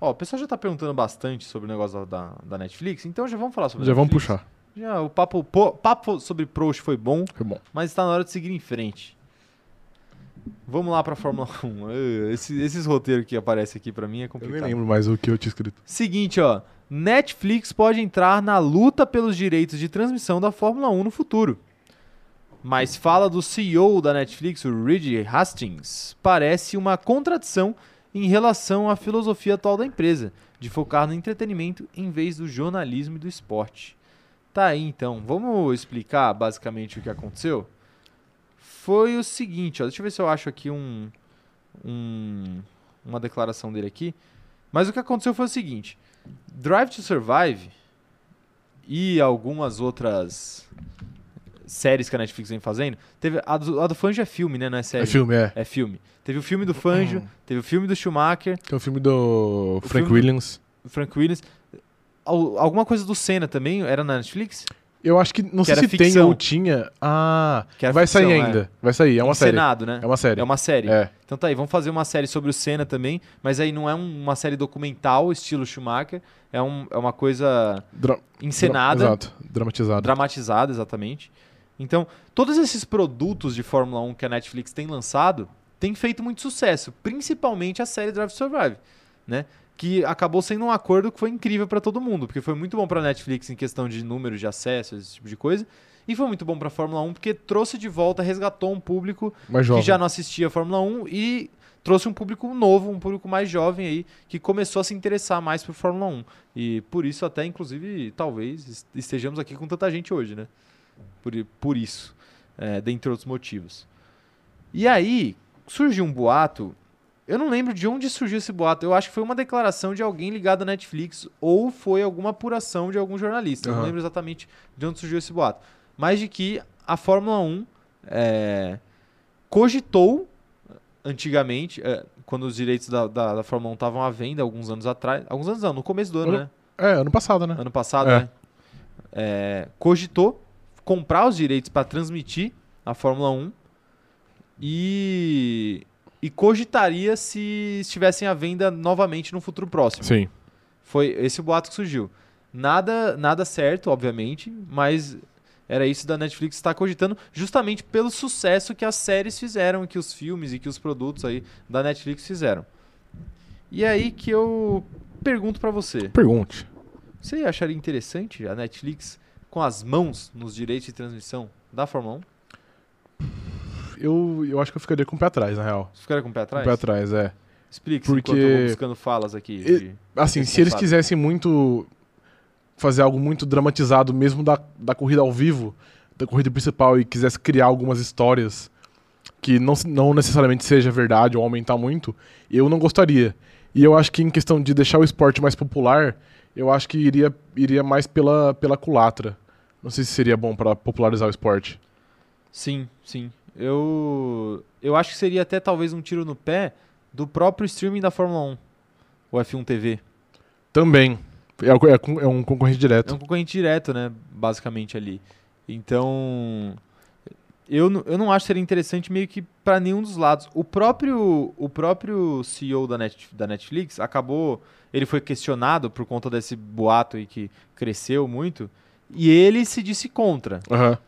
Ó, o pessoal já tá perguntando bastante sobre o negócio da, da- da Netflix, então já vamos falar sobre a Já vamos Netflix. puxar. Já, o papo, po- papo sobre Proust foi bom, Foi bom. mas está na hora de seguir em frente. Vamos lá para Fórmula 1. Eh, Esse, esses roteiros que aparecem aqui para mim é Eu nem complicado. lembro mais o que eu tinha escrito. Seguinte, ó. Netflix pode entrar na luta pelos direitos de transmissão da Fórmula 1 no futuro. Mas fala do CEO da Netflix, o Reed Hastings, parece uma contradição em relação à filosofia atual da empresa, de focar no entretenimento em vez do jornalismo e do esporte. Tá aí então, vamos explicar basicamente o que aconteceu? Foi o seguinte, ó, deixa eu ver se eu acho aqui um, um- uma declaração dele aqui. Mas o que aconteceu foi o seguinte: Drive to Survive e algumas outras séries que a Netflix vem fazendo, teve a do, a do Fangio é filme, né, não é série. É filme, é. É filme. Teve o filme Hum. do Fangio, teve o filme do Schumacher, Que é o filme do Frank filme do- Williams. do Frank Williams. Al- Alguma coisa do Senna também era na Netflix? Eu acho que não Que sei era se tem ficção. ou tinha. Ah, Que era vai sair ficção, é. ainda. Vai sair, é uma série. Senado, né? É uma série. É uma série. É. Então tá aí, vamos fazer uma série sobre o Senna também, mas aí não é um- uma série documental, estilo Schumacher, é, um- é uma coisa Dra- encenada. Dra- Exato, dramatizado. dramatizada, exatamente. Então, todos esses produtos de Fórmula 1 que a Netflix tem lançado têm feito muito sucesso, principalmente a série Drive to Survive, né? Que acabou sendo um acordo que foi incrível para todo mundo, porque foi muito bom para a Netflix em questão de números de acessos, esse tipo de coisa, e foi muito bom para a Fórmula 1 porque trouxe de volta, resgatou um público mais jovem. que já não assistia a Fórmula 1 e trouxe um público novo, um público mais jovem aí, que começou a se interessar mais por Fórmula 1. E por isso até, inclusive, talvez est- estejamos aqui com tanta gente hoje, né? Por, i- por isso, é, dentre outros motivos. E aí, surgiu um boato, eu não lembro de onde surgiu esse boato, eu acho que foi uma declaração de alguém ligado à Netflix ou foi alguma apuração de algum jornalista, eu não Aham. lembro exatamente de onde surgiu esse boato. Mas de que a Fórmula 1 é, cogitou antigamente, é, quando os direitos da, da, da Fórmula 1 estavam à venda alguns anos atrás, alguns anos não, no começo do ano, Ano- né? É, ano passado, né? Ano passado, É. né? É, cogitou comprar os direitos para transmitir a Fórmula 1 e, e cogitaria se estivessem à venda novamente no futuro próximo. Sim. Foi esse o boato que surgiu. Nada, nada certo, obviamente, mas era isso da Netflix estar cogitando, justamente pelo sucesso que as séries fizeram, que os filmes e que os produtos aí da Netflix fizeram. E aí que eu pergunto pra você, Pergunte. você acharia interessante a Netflix com as mãos nos direitos de transmissão da Fórmula 1? Eu, eu acho que eu ficaria com o pé atrás, na real. Você ficaria com o pé Com o atrás? pé atrás, é. Explique porque- enquanto eu vou buscando falas aqui. E- de- Assim, se eles Responsável. quisessem muito fazer algo muito dramatizado, mesmo da, da corrida ao vivo, da corrida principal, e quisesse criar algumas histórias que não, se- não necessariamente seja verdade ou aumentar muito, eu não gostaria. E eu acho que em questão de deixar o esporte mais popular, eu acho que iria, iria mais pela, pela culatra. Não sei se seria bom pra popularizar o esporte. Sim, sim. Eu eu acho que seria até talvez um tiro no pé do próprio streaming da Fórmula 1. o F1 TV. Também. É, o- é con- é um concorrente É direto. um concorrente direto, né? Basicamente ali. Então. Eu, n- eu não acho seria interessante meio que para nenhum dos lados. O próprio, o próprio CEO da, Net, da Netflix acabou. Ele foi questionado por conta desse boato aí que cresceu muito. E ele se disse contra Aham.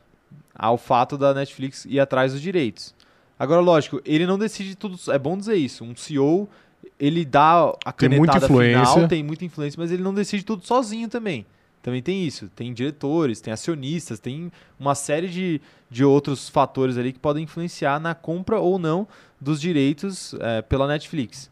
ao fato da Netflix ir atrás dos direitos. Agora, lógico, ele não decide tudo. É bom dizer isso. Um CEO, ele dá a Tem muita canetada final, influência. tem muita influência, mas ele não decide tudo sozinho também. Também tem isso. Tem diretores, tem acionistas, tem uma série de, de outros fatores ali que podem influenciar na compra ou não dos direitos eh, pela Netflix.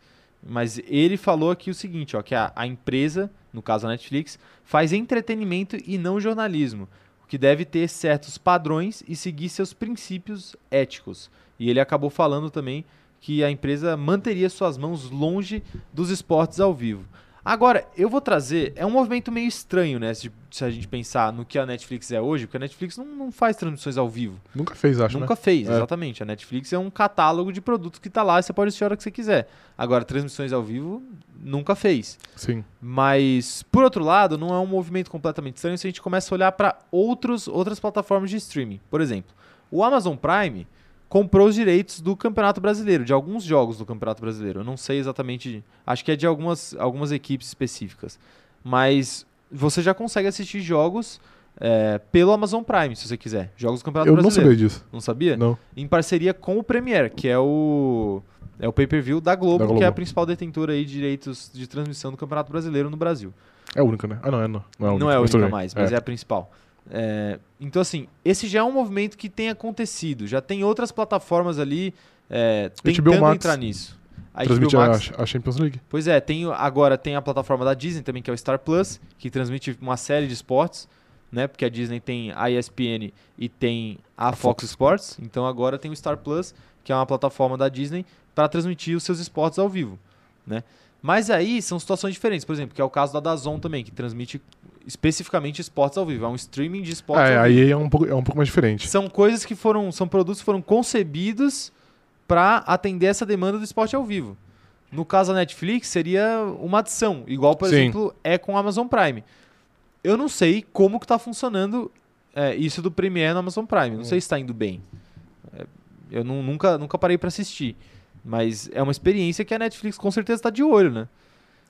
Mas ele falou aqui o seguinte, ó, que a, a empresa, no caso a Netflix, faz entretenimento e não jornalismo, o que deve ter certos padrões e seguir seus princípios éticos. E ele acabou falando também que a empresa manteria suas mãos longe dos esportes ao vivo. Agora, eu vou trazer. É um movimento meio estranho, né? Se, se a gente pensar no que a Netflix é hoje, porque a Netflix não, não faz transmissões ao vivo. Nunca fez, acho, Nunca fez, É. exatamente. A Netflix é um catálogo de produtos que tá lá e você pode assistir a hora que você quiser. Agora, transmissões ao vivo, nunca fez. né? Sim. Mas, por outro lado, não é um movimento completamente estranho se a gente começa a olhar para outras plataformas de streaming. Por exemplo, o Amazon Prime comprou os direitos do Campeonato Brasileiro, de alguns jogos do Campeonato Brasileiro. Eu não sei exatamente, acho que é de algumas, algumas equipes específicas. Mas você já consegue assistir jogos eh, pelo Amazon Prime, se você quiser. Jogos do Campeonato Eu não Brasileiro. sabia disso. Não sabia? Não. em parceria com o Premiere, que é o é o pay-per-view da Globo, Da que Globo. é a principal detentora aí de direitos de transmissão do Campeonato Brasileiro no Brasil. É a única, né? Ah, não, é não. Não é a única, Não é a mas tudo única bem. mais, mas é, a principal. É, então, assim, esse já é um movimento que tem acontecido. Já tem outras plataformas ali é, tentando HBO Max entrar nicho. A Transmite HBO a, Max, a Champions League. pois é, tem, o- agora tem a plataforma da Disney também, que é o Star Plus, que transmite uma série de esportes, né? Porque a Disney tem a ESPN e tem a, Fox, Fox. Sports. Então agora tem o Star Plus, que é uma plataforma da Disney, para transmitir os seus esportes ao vivo, né? Mas aí são situações diferentes, por exemplo, que é o caso da Dazon também, que transmite especificamente esportes ao vivo. É um streaming de esportes Ah, é, ao vivo. aí é um pouco, é um pouco mais diferente. São coisas que foram, são produtos que foram concebidos para atender essa demanda do esporte ao vivo. No caso da Netflix, seria uma adição, igual, por Sim. exemplo, é com a Amazon Prime. Eu não sei como que tá funcionando é, isso do Premiere no Amazon Prime. Não Hum. sei se está indo bem. É, Eu nu- nunca, nunca parei para assistir. Mas é uma experiência que a Netflix com certeza está de olho, né?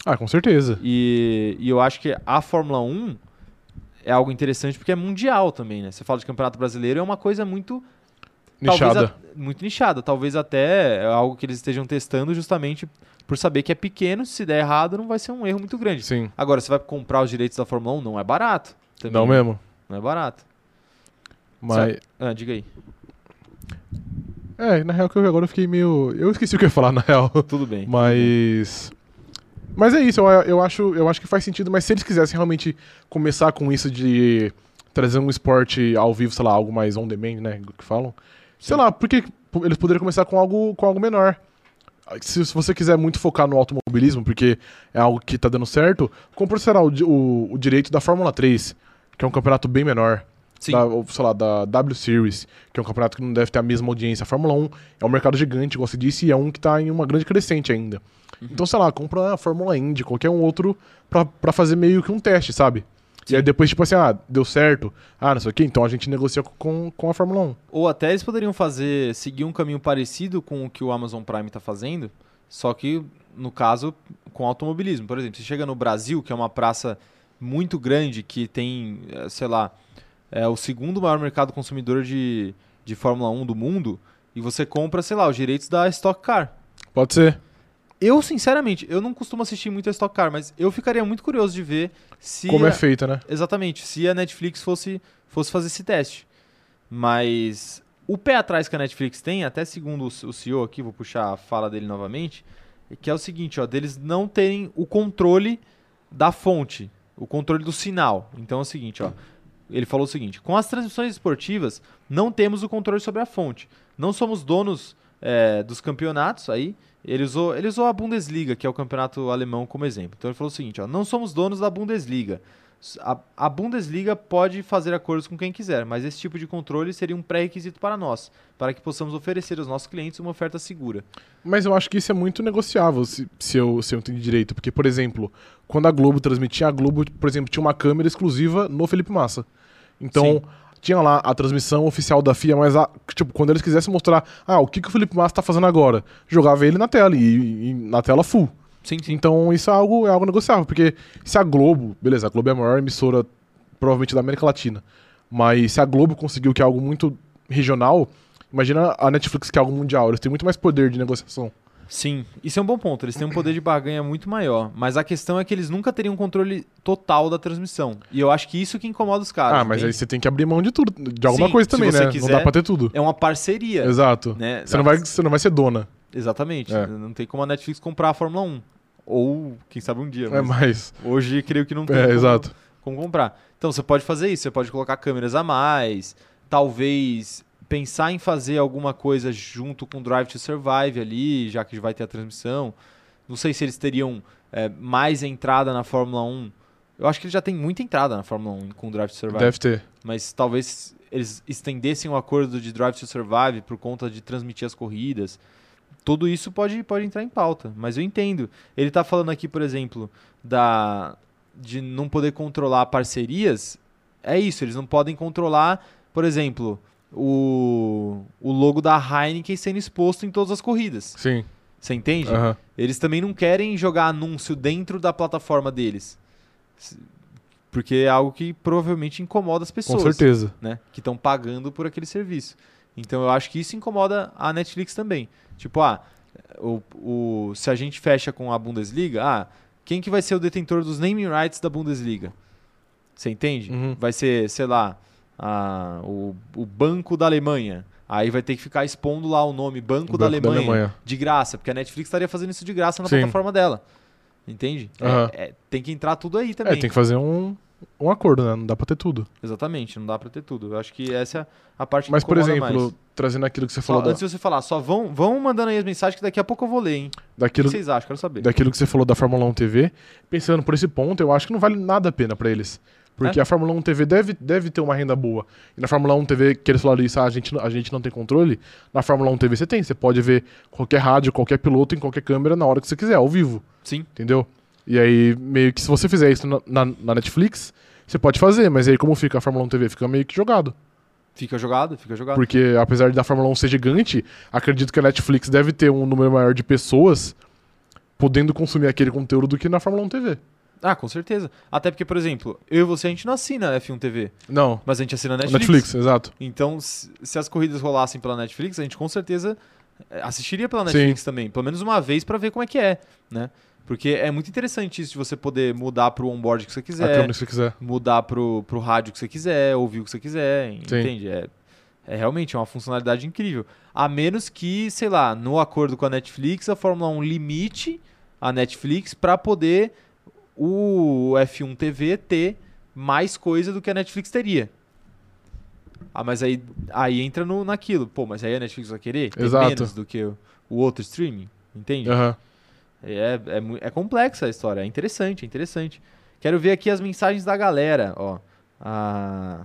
Ah, com certeza. E, e eu acho que a Fórmula 1 é algo interessante porque é mundial também, né? Você fala de Campeonato Brasileiro, é uma coisa muito Talvez Nichada. a- muito nichada. Talvez até é algo que eles estejam testando justamente por saber que é pequeno. Se der errado, não vai ser um erro muito grande. Sim. Agora, você vai comprar os direitos da Fórmula 1? Não é barato. Também, Não mesmo. Não é barato. Mas. Ah, diga aí. É, na real que eu agora eu fiquei meio. Eu esqueci o que eu ia falar, na real. Tudo bem. Mas. Mas é isso, eu, eu, acho, eu acho que faz sentido, mas se eles quisessem realmente começar com isso de trazer um esporte ao vivo, sei lá, algo mais on demand, né? Que falam. Sei Sim. lá, porque eles poderiam começar com algo, com algo menor. Se, se você quiser muito focar no automobilismo, porque é algo que tá dando certo, compra, sei lá, o, di- o- o direito da Fórmula 3, que é um campeonato bem menor Sim. da, ou, sei lá, da W Series, que é um campeonato que não deve ter a mesma audiência. A Fórmula 1 é um mercado gigante, como você disse, e é um que tá em uma grande crescente ainda. Então, sei lá, compra a Fórmula Indy, qualquer um outro, pra, pra fazer meio que um teste, sabe? E aí depois, tipo assim, ah, deu certo, ah, não sei o quê, então a gente negocia com, com a Fórmula 1. Ou até eles poderiam fazer, seguir um caminho parecido com o que o Amazon Prime está fazendo, só que no caso com automobilismo. Por exemplo, você chega no Brasil, que é uma praça muito grande, que tem, eh, sei lá, é o segundo maior mercado consumidor de, de Fórmula 1 do mundo, e você compra, sei lá, os direitos da Stock Car. Pode ser. Eu, sinceramente, eu não costumo assistir muito a Stock Car, mas eu ficaria muito curioso de ver se Como a- é feita, né? Exatamente, se a Netflix fosse, fosse fazer esse teste. Mas o pé atrás que a Netflix tem, até segundo o o CEO aqui, vou puxar a fala dele novamente, é que é o seguinte, ó, deles não terem o controle da fonte, o controle do sinal. Então é o seguinte, ó, ele falou o seguinte: com as transmissões esportivas, não temos o controle sobre a fonte. Não somos donos é, dos campeonatos aí. Ele usou, ele usou a Bundesliga, que é o campeonato alemão, como exemplo. Então ele falou o seguinte: ó, não somos donos da Bundesliga. A, a Bundesliga pode fazer acordos com quem quiser, mas esse tipo de controle seria um pré-requisito para nós, para que possamos oferecer aos nossos clientes uma oferta segura. Mas eu acho que isso é muito negociável, se, se, eu, se eu entendi direito. Porque, por exemplo, quando a Globo transmitia, a Globo, por exemplo, tinha uma câmera exclusiva no Felipe Massa. Então, Sim. tinha lá a transmissão oficial da FIA, mas, a- tipo, quando eles quisessem mostrar, ah, o que, que o Felipe Massa tá fazendo agora, jogava ele na tela, e, e na tela full. Sim, Então, isso é algo, é algo negociável, porque se a Globo, beleza, a Globo é a maior emissora, provavelmente, da América Latina, mas se a Globo conseguiu que é algo muito regional, imagina a Netflix que é algo mundial, eles têm muito mais poder de negociação. Sim, isso é um bom ponto. Eles têm um poder de barganha muito maior. Mas a questão é que eles nunca teriam controle total da transmissão. E eu acho que isso que incomoda os caras. ah, mas aí entende? você tem que abrir mão de tudo, de alguma Sim, coisa se também, você né? quiser. Não dá pra ter tudo. É uma parceria. Exato. Né? Você não, vai, você não vai ser dona. Exatamente. É. Não tem como a Netflix comprar a Fórmula 1. Ou, quem sabe, um dia. É, mas mas. Hoje, creio que não tem. É, como- exato. como comprar. Então você pode fazer isso, você pode colocar câmeras a mais, talvez pensar em fazer alguma coisa junto com Drive to Survive ali, já que vai ter a transmissão. Não sei se eles teriam é, mais entrada na Fórmula 1. Eu acho que eles já têm muita entrada na Fórmula 1 com Drive to Survive. Deve ter. Mas talvez eles estendessem o acordo de Drive to Survive por conta de transmitir as corridas. Tudo isso pode, pode entrar em pauta, mas eu entendo. Ele está falando aqui, por exemplo, da de não poder controlar parcerias. É isso, eles não podem controlar, por exemplo, o, o logo da Heineken sendo exposto em todas as corridas. Sim. Você entende? Aham. Eles também não querem jogar anúncio dentro da plataforma deles. Se- Porque é algo que provavelmente incomoda as Com pessoas certeza. né? Que estão pagando por aquele serviço. Então eu acho que isso incomoda a Netflix também. Tipo, ah, o, o- se a gente fecha com a Bundesliga, ah, quem que vai ser o detentor dos naming rights da Bundesliga? Você entende? Uhum. Vai ser, sei lá, a- o, o Banco da Alemanha. Aí vai ter que ficar expondo lá o nome Banco, da, Banco da Alemanha, Alemanha. de graça, porque a Netflix estaria fazendo isso de graça na Sim. plataforma dela. Entende? É- Aham. é- tem que entrar tudo aí também. É, tem que fazer um, um acordo, né? Não dá pra ter tudo. Exatamente, não dá pra ter tudo. Eu acho que essa é a parte que Mas, por incomoda exemplo, mais. trazendo aquilo que você Só, falou da, antes de você falar, só vão, vão mandando aí as mensagens que daqui a pouco eu vou ler, hein? O que daquilo, vocês acham? Quero saber. daquilo que você falou da Fórmula 1 TV, pensando por esse ponto, eu acho que não vale nada a pena pra eles. Porque a Fórmula 1 TV deve, deve ter uma renda boa. E na Fórmula 1 TV, que eles falaram isso, ah, a, gente, não- a gente não tem controle. Na Fórmula 1 TV você tem. Você pode ver qualquer rádio, qualquer piloto, em qualquer câmera, na hora que você quiser, ao vivo. Sim. Entendeu? E aí, meio que se você fizer isso na, na- na Netflix, você pode fazer, mas aí como fica a Fórmula 1 TV? Fica meio que jogado. Fica jogado, fica jogado. Porque apesar da Fórmula 1 ser gigante, acredito que a Netflix deve ter um número maior de pessoas podendo consumir aquele conteúdo do que na Fórmula 1 TV. Ah, com certeza. Até porque, por exemplo, eu e você, a gente não assina F1 TV, Não. mas a gente assina Netflix. Netflix, exato. Então, se, se as corridas rolassem pela Netflix, a gente com certeza eh, assistiria pela Netflix também. Pelo menos uma vez pra ver como é que é, né? Porque é muito interessante isso de você poder mudar pro onboard que você A quiser. câmera que você quiser. mudar pro, pro rádio que você quiser, ouvir o que você quiser, Sim. entende? É, é realmente é uma funcionalidade incrível. A menos que, sei lá, no acordo com a Netflix, a Fórmula 1 limite a Netflix para poder o F1 TV ter mais coisa do que a Netflix teria. Ah, mas aí, aí entra no, naquilo. Pô, mas aí a Netflix vai querer ter Exato. menos do que o, o outro streaming, entende? Aham. É, é, mu- é complexa a história, é interessante, é interessante. Quero ver aqui as mensagens da galera, ó. A,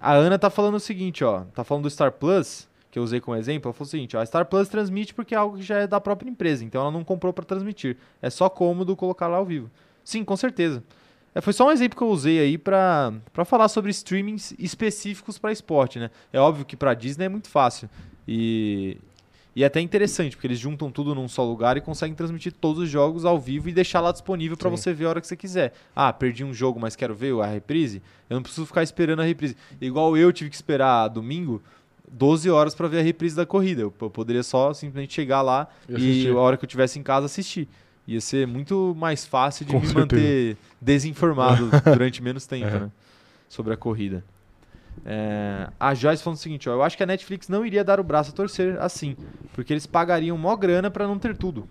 a Ana tá falando o seguinte, ó. Tá falando do Star Plus, que eu usei como exemplo. Ela falou o seguinte, ó. A Star Plus transmite porque é algo que já é da própria empresa, então ela não comprou pra transmitir. É só cômodo colocar lá ao vivo. Sim, com certeza. É, foi só um exemplo que eu usei aí pra pra falar sobre streamings específicos pra esporte, né? É óbvio que pra Disney é muito fácil. E, e é até interessante, porque eles juntam tudo num só lugar e conseguem transmitir todos os jogos ao vivo e deixar lá disponível pra Sim. você ver a hora que você quiser. Ah, perdi um jogo, mas quero ver a reprise? Eu não preciso ficar esperando a reprise. Igual eu tive que esperar domingo 12 horas pra ver a reprise da corrida. Eu, eu poderia só simplesmente chegar lá E e, assistir. a hora que eu tivesse em casa assistir. Ia ser muito mais fácil de Com me certeza. manter desinformado durante menos tempo, É. né? Sobre a corrida. É, a Joyce falando o seguinte, ó, eu acho que a Netflix não iria dar o braço a torcer assim, porque eles pagariam mó grana pra não ter tudo.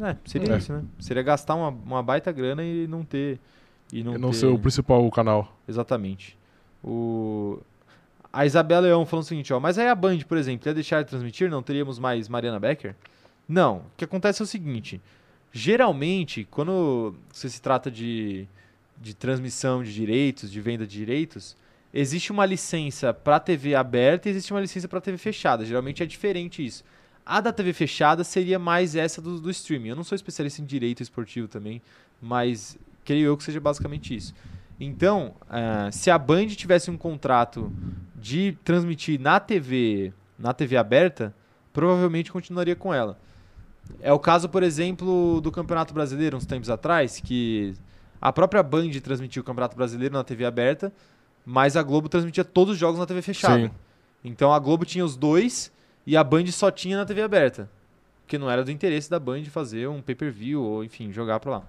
É, seria É. isso, né? Seria gastar uma, uma baita grana e não ter e não, Eu não ter... sei o principal canal. Exatamente. O... A Isabela Leão falando o seguinte, ó, mas aí a Band, por exemplo, ia deixar de transmitir, não teríamos mais Mariana Becker? Não. O que acontece é o seguinte, geralmente, quando você se trata de, de transmissão de direitos, de venda de direitos, existe uma licença para TV aberta e existe uma licença para TV fechada. Geralmente é diferente isso. A da TV fechada seria mais essa do, do streaming. Eu não sou especialista em direito esportivo também, mas creio eu que seja basicamente isso. Então, uh, se a Band tivesse um contrato de transmitir na TV, na TV aberta, provavelmente continuaria com ela. É o caso, por exemplo, do Campeonato Brasileiro uns tempos atrás, que a própria Band transmitiu o Campeonato Brasileiro na TV aberta, mas a Globo transmitia todos os jogos na TV fechada. Sim. Então a Globo tinha os dois e a Band só tinha na TV aberta. Porque não era do interesse da Band fazer um pay-per-view ou, enfim, jogar pra lá.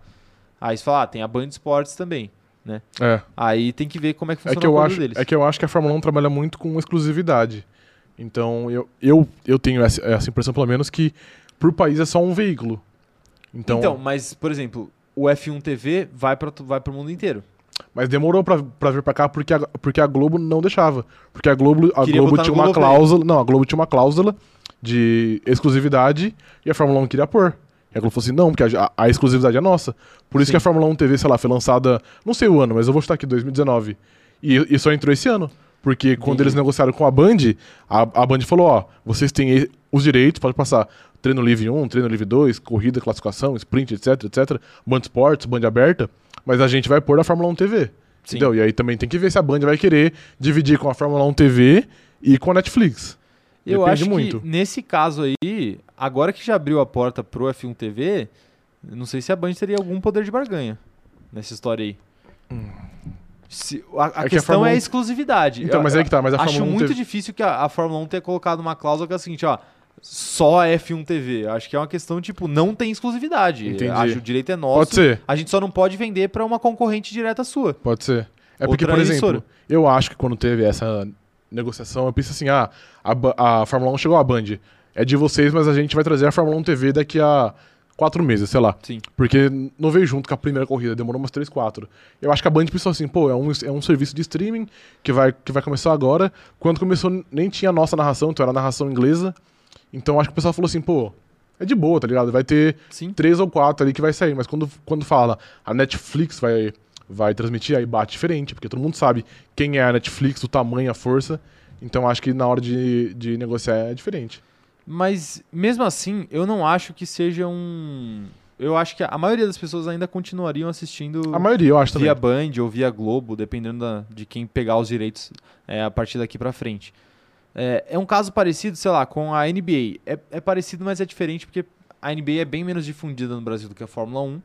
Aí você fala, ah, tem a Band Sports também. É. Aí tem que ver como é que É funciona que, o eu acordo acho, deles. é que eu acho que a Fórmula 1 trabalha muito com exclusividade. Então, eu, eu, eu tenho essa, essa impressão, pelo menos, que por país é só um veículo. Então, então, mas, por exemplo, o F1 TV vai para vai pro mundo inteiro. Mas demorou pra, pra vir pra cá porque a, porque a Globo não deixava. Porque a Globo, a Queria Globo botar né? tinha no uma Globoplay. cláusula. Não, a Globo tinha uma cláusula de exclusividade e a Fórmula 1 queria pôr. E a Globo falou assim: não, porque a, a exclusividade é nossa. Por isso Sim. que a Fórmula 1 TV, sei lá, foi lançada, não sei o ano, mas eu vou chutar aqui, 2019. E, e só entrou esse ano. Porque quando Entendi. eles negociaram com a Band, a, a Band falou: ó, vocês têm e- os direitos, pode passar treino livre 1, treino livre 2, corrida, classificação, sprint, etc, etc. Band Sports, Band aberta. Mas a gente vai pôr na Fórmula 1 TV. Sim. Entendeu? E aí também tem que ver se a Band vai querer dividir com a Fórmula 1 TV e com a Netflix. Eu Depende acho muito. que nesse caso aí, agora que já abriu a porta pro F1 TV, não sei se a Band teria algum poder de barganha nessa história aí. Se- a, a Hum. que a questão Fórmula é a 1 exclusividade. Então, Eu- mas aí que tá, mas a acho Fórmula 1 muito TV difícil que a, a Fórmula 1 tenha colocado uma cláusula que é a seguinte, ó, só a F1 TV. Eu Acho que é uma questão, tipo, não tem exclusividade. Entendi. Acho que o direito é nosso. Pode ser, A gente só não pode vender pra uma concorrente direta sua. pode ser. É porque, Outra por exemplo, emissora. eu acho que quando teve essa negociação, eu pensei assim, ah, a, Ba- a Fórmula 1 chegou à Band. É de vocês, mas a gente vai trazer a Fórmula 1 TV daqui a quatro meses, sei lá. Sim. Porque não veio junto com a primeira corrida, demorou umas 3, 4. Eu acho que a Band pensou assim, pô, é um, é um serviço de streaming que vai, que vai começar agora. Quando começou, nem tinha a nossa narração, então era a narração inglesa. Então acho que o pessoal falou assim, pô, é de boa, tá ligado? Vai ter Sim. três ou quatro ali que vai sair. Mas quando, quando fala a Netflix vai, vai transmitir, aí bate diferente, porque todo mundo sabe quem é a Netflix, o tamanho, a força. Então acho que na hora de, de negociar é diferente. Mas mesmo assim, eu não acho que seja um. Eu acho que a maioria das pessoas ainda continuariam assistindo A maioria, eu acho também. via Band ou via Globo, dependendo da- de quem pegar os direitos é, a partir daqui pra frente. É, é um caso parecido, sei lá, com a NBA. É, é parecido, mas é diferente porque a NBA é bem menos difundida no Brasil do que a Fórmula 1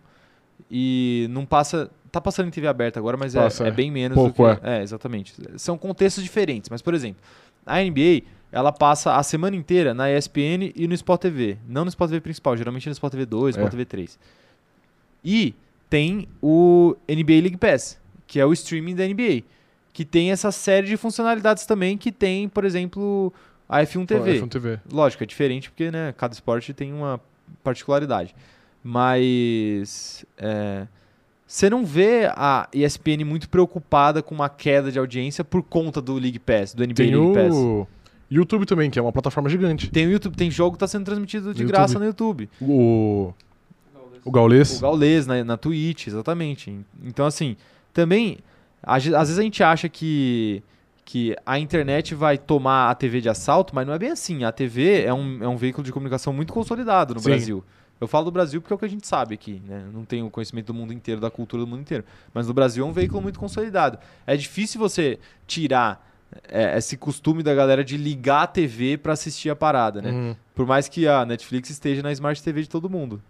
e não passa. Tá passando em TV aberta agora, mas é- Passa, é, é. bem menos Pouco, do que. É. exatamente. São contextos diferentes, mas por exemplo, a NBA ela passa a semana inteira na ESPN e no Sport TV. Não no Sport TV principal, geralmente no Sport TV 2, É. Sport TV 3. E tem o NBA League Pass, que é o streaming da NBA, que tem essa série de funcionalidades também que tem, por exemplo, a F1 TV. F1 TV. Lógico, é diferente porque né, cada esporte tem uma particularidade. Mas é, você não vê a ESPN muito preocupada com uma queda de audiência por conta do League Pass, do NBA Tem League Pass. o YouTube também, que é uma plataforma gigante. Tem o YouTube, tem jogo que tá sendo transmitido de No graça YouTube. no YouTube. O, o O Gaules. Gaules na, na Twitch, exatamente. Então, assim, também, a ge- às vezes a gente acha que, que a internet vai tomar a TV de assalto, mas não é bem assim. A TV é um, é um veículo de comunicação muito consolidado no Sim. Brasil. Eu falo do Brasil porque é o que a gente sabe aqui, né? Eu Não tenho conhecimento do mundo inteiro, da cultura do mundo inteiro. Mas no Brasil é um veículo muito consolidado. É difícil você tirar é, esse costume da galera de ligar a TV pra assistir a parada, né? Uhum. Por mais que a Netflix esteja na Smart TV de todo mundo.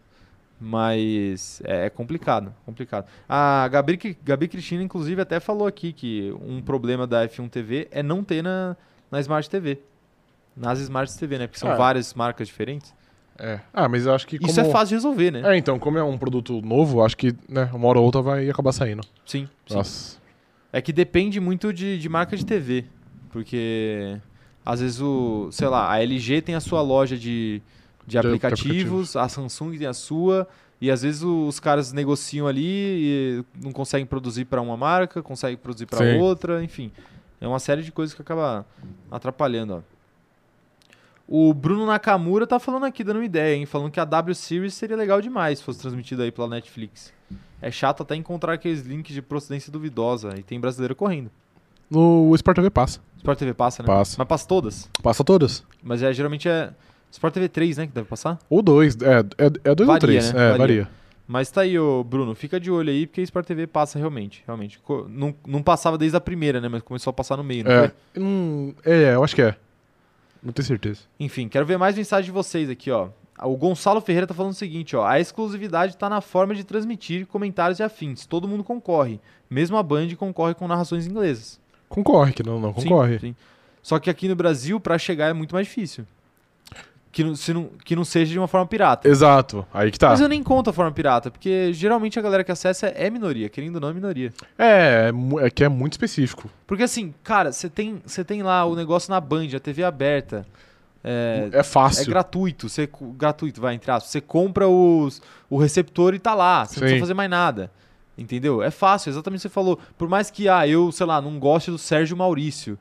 Mas é é complicado, complicado. A Gabi, Cri- Gabi Cristina, inclusive, até falou aqui que um problema da F1 TV é não ter na, na Smart TV. Nas Smart TV, né? Porque são Ah. várias marcas diferentes. É. Ah, mas eu acho que como... Isso é fácil de resolver, né? É, então, como é um produto novo, acho que né, uma hora ou outra vai acabar saindo. Sim, sim. Nossa. É que depende muito de, de marca de TV. Porque às vezes o. Sei lá, a LG tem a sua loja de, de, aplicativos, aplicativos. a Samsung tem a sua. E às vezes o- os caras negociam ali e não conseguem produzir para uma marca, conseguem produzir para Sim. outra, enfim. É uma série de coisas que acaba atrapalhando, ó. O Bruno Nakamura tá falando aqui, dando uma ideia, hein? Falando que a W Series seria legal demais se fosse transmitida aí pela Netflix. É chato até encontrar aqueles links de procedência duvidosa e tem brasileiro correndo. No Sport TV passa. Sport TV passa, né? Passa. Mas passa todas. Passa todas. Mas é, geralmente é Sport TV 3, né, que deve passar. Ou dois. É, é, é Varia, dois ou três. né? É, varia. Mas tá aí, ô Bruno, fica de olho aí, porque Sport TV passa realmente, realmente. Co- Não, não passava desde a primeira, né, mas começou a passar no meio, não foi? É. Hum, é, eu acho que é. Não tenho certeza. Enfim, quero ver mais mensagem de vocês aqui, ó. O Gonçalo Ferreira tá falando o seguinte, ó. A exclusividade tá na forma de transmitir comentários e afins. Todo mundo concorre. Mesmo a Band concorre com narrações inglesas. Concorre, que não, não Sim, concorre. sim. Só que aqui no Brasil, pra chegar é muito mais difícil. Que não, se não, que não seja de uma forma pirata. Exato, aí que tá. Mas eu nem conto a forma pirata, porque geralmente a galera que acessa é minoria, querendo ou não, é minoria. É, é mu- é que é muito específico. Porque assim, cara, você tem, você tem lá o negócio na Band, a TV aberta. É, É É fácil. gratuito, você, co- gratuito, vai, entre aspas. Você compra os, o receptor e tá lá, você não Sim. precisa fazer mais nada. Entendeu? É fácil, exatamente o que você falou. Por mais que, ah, eu, sei lá, não goste do Sérgio Maurício,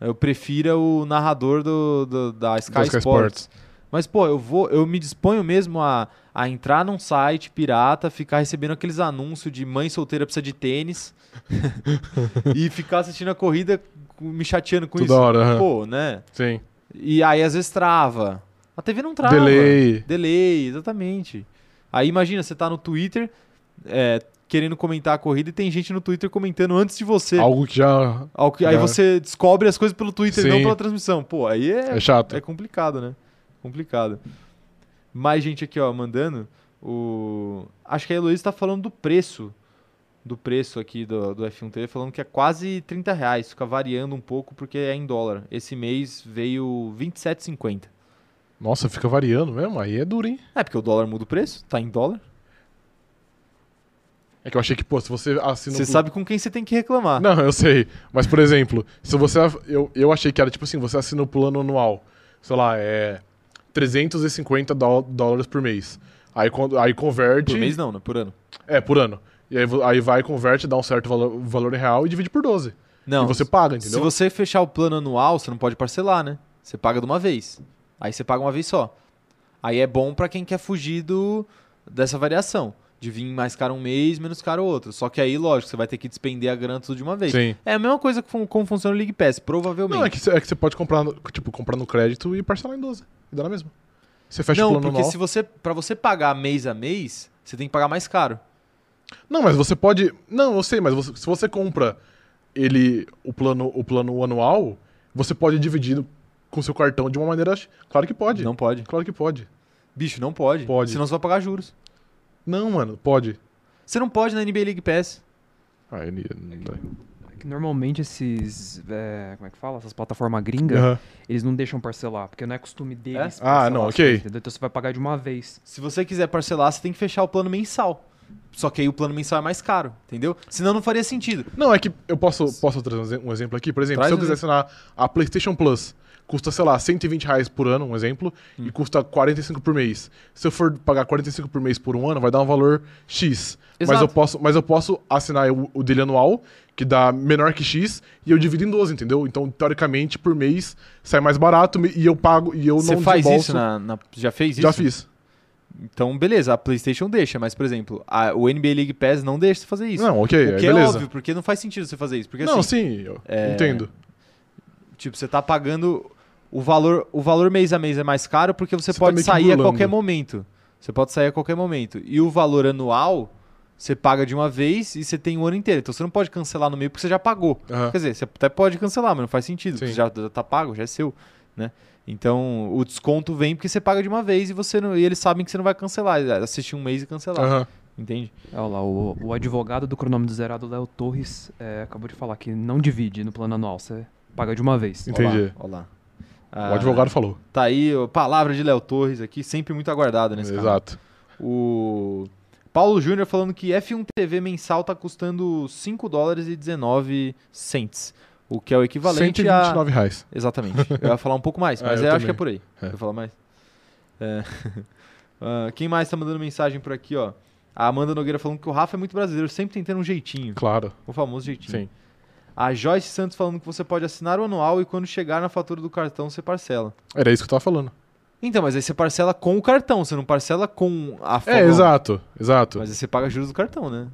eu prefira o narrador do, do- da Sky, Da Sky Sports. Sports. Mas, pô, eu vou, eu me disponho mesmo a, a entrar num site pirata, ficar recebendo aqueles anúncios de mãe solteira precisa de tênis e ficar assistindo a corrida me chateando com Toda isso. hora, aham. Pô, né? Sim. E aí às vezes trava. A TV não trava. Delay. Delay, exatamente. Aí imagina, você tá no Twitter é, querendo comentar a corrida e tem gente no Twitter comentando antes de você. Algo que já Ao que- Aí Já. você descobre as coisas pelo Twitter, Sim. não pela transmissão. Pô, aí é, é chato. é complicado, né? Complicado. Mais gente aqui, ó, mandando. O... Acho que a Heloísa tá falando do preço. Do preço aqui do, do F1 TV, falando que é quase 30 reais. Fica variando um pouco porque é em dólar. Esse mês veio 27,50. Nossa, fica variando mesmo, aí é duro, hein? É porque o dólar muda o preço, tá em dólar. É que eu achei que, pô, se você assina Você o- sabe com quem você tem que reclamar. Não, eu sei. Mas, por exemplo, se você. Eu, eu achei que era tipo assim, você assina o plano anual. Sei lá, é. 350 dó- dólares por mês. Aí, quando- aí converte. Por mês não, né? Por ano. É, por ano. E aí, vo- aí vai, converte, dá um certo valor, valor em real e divide por 12. Não. e você paga, se entendeu? você fechar o plano anual, você não pode parcelar, né? Você paga de uma vez. Aí você paga uma vez só. Aí é bom pra quem quer fugir do, dessa variação. De vir mais caro um mês, menos caro outro. Só que aí, lógico, você vai ter que despender a grana tudo de uma vez. Sim. É a mesma coisa que fun- como funciona o League Pass, provavelmente. Não, é que, cê- é que você pode comprar no, tipo, comprar no crédito e parcelar em 12. E dá na mesma. Você fecha o Não, plano porque anual. se você, para você pagar mês a mês, você tem que pagar mais caro. Não, mas você pode. Não, eu sei, mas você- se você compra ele o plano, o plano anual, você pode dividir com seu cartão de uma maneira. Claro que pode. Não pode. Claro que pode. Bicho, não pode. Pode. Senão você vai pagar juros. Não, mano, pode. Você não pode na NBA League Pass. Ah, ele- não dá. É Que Normalmente esses. é, como é que fala? Essas plataformas gringas, Aham. eles não deixam parcelar, porque não é costume deles. Ah, parcelar não, as ok. coisas, entendeu? Então você vai pagar de uma vez. Se você quiser parcelar, você tem que fechar o plano mensal. Só que aí o plano mensal é mais caro, entendeu? Senão não faria sentido. Não, é que eu posso, posso trazer um exemplo aqui. Por exemplo, Traz se eu um quiser assinar a PlayStation Plus, custa, sei lá, 120 reais por ano, um exemplo, Hum. e custa 45 por mês. Se eu for pagar 45 por mês por um ano, vai dar um valor X. Mas Exato. eu, posso, mas eu posso assinar o, o dele anual, que dá menor que X, e eu divido em 12, entendeu? Então, teoricamente, por mês sai mais barato me- e eu pago e eu Você não faz desembolso. isso na, na- Já fez isso? Já fiz. Então, beleza, a PlayStation deixa, mas, por exemplo, a- o NBA League Pass não deixa você fazer isso. Não, ok, o que é beleza. óbvio, porque não faz sentido você fazer isso. Porque não, assim, sim, eu entendo. tipo, você tá pagando. O valor, o valor mês a mês é mais caro porque você, Você tá pode meio que sair burlando. a qualquer momento. Você pode sair a qualquer momento. E o valor anual, você paga de uma vez e você tem o ano inteiro. Então você não pode cancelar no meio porque você já pagou. Aham. Quer dizer, você até pode cancelar, mas não faz sentido, porque Sim. já já tá pago, já é seu, né? Então, o desconto vem porque você paga de uma vez e você não- e eles sabem que você não vai cancelar, é assistir um mês e cancelar, Aham. entende? Olha lá, o, o advogado do cronômetro zerado, Léo Torres, é, acabou de falar que não divide no plano anual, você paga de uma vez. Entendi. Ó lá. O Ah, advogado falou. Tá aí, ó, palavra de Léo Torres aqui, sempre muito aguardada nesse caso. Exato. O Paulo Júnior falando que F1 TV mensal tá custando 5 dólares e 19 cents, o que é o equivalente a... 129 reais. Exatamente. Eu ia falar um pouco mais, Ah, mas eu eu acho também. que é por aí. É. Eu ia falar mais. É. Ah, quem mais tá mandando mensagem por aqui, ó? A Amanda Nogueira falando que o Rafa é muito brasileiro, sempre tentando um jeitinho. Claro, O famoso jeitinho. sim. A Joyce Santos falando que você pode assinar o anual e quando chegar na fatura do cartão você parcela. Era isso que eu tava falando. Então, mas aí você parcela com o cartão, você não parcela com a É, Fórmula 1. exato, exato. Mas aí você paga juros do cartão, né?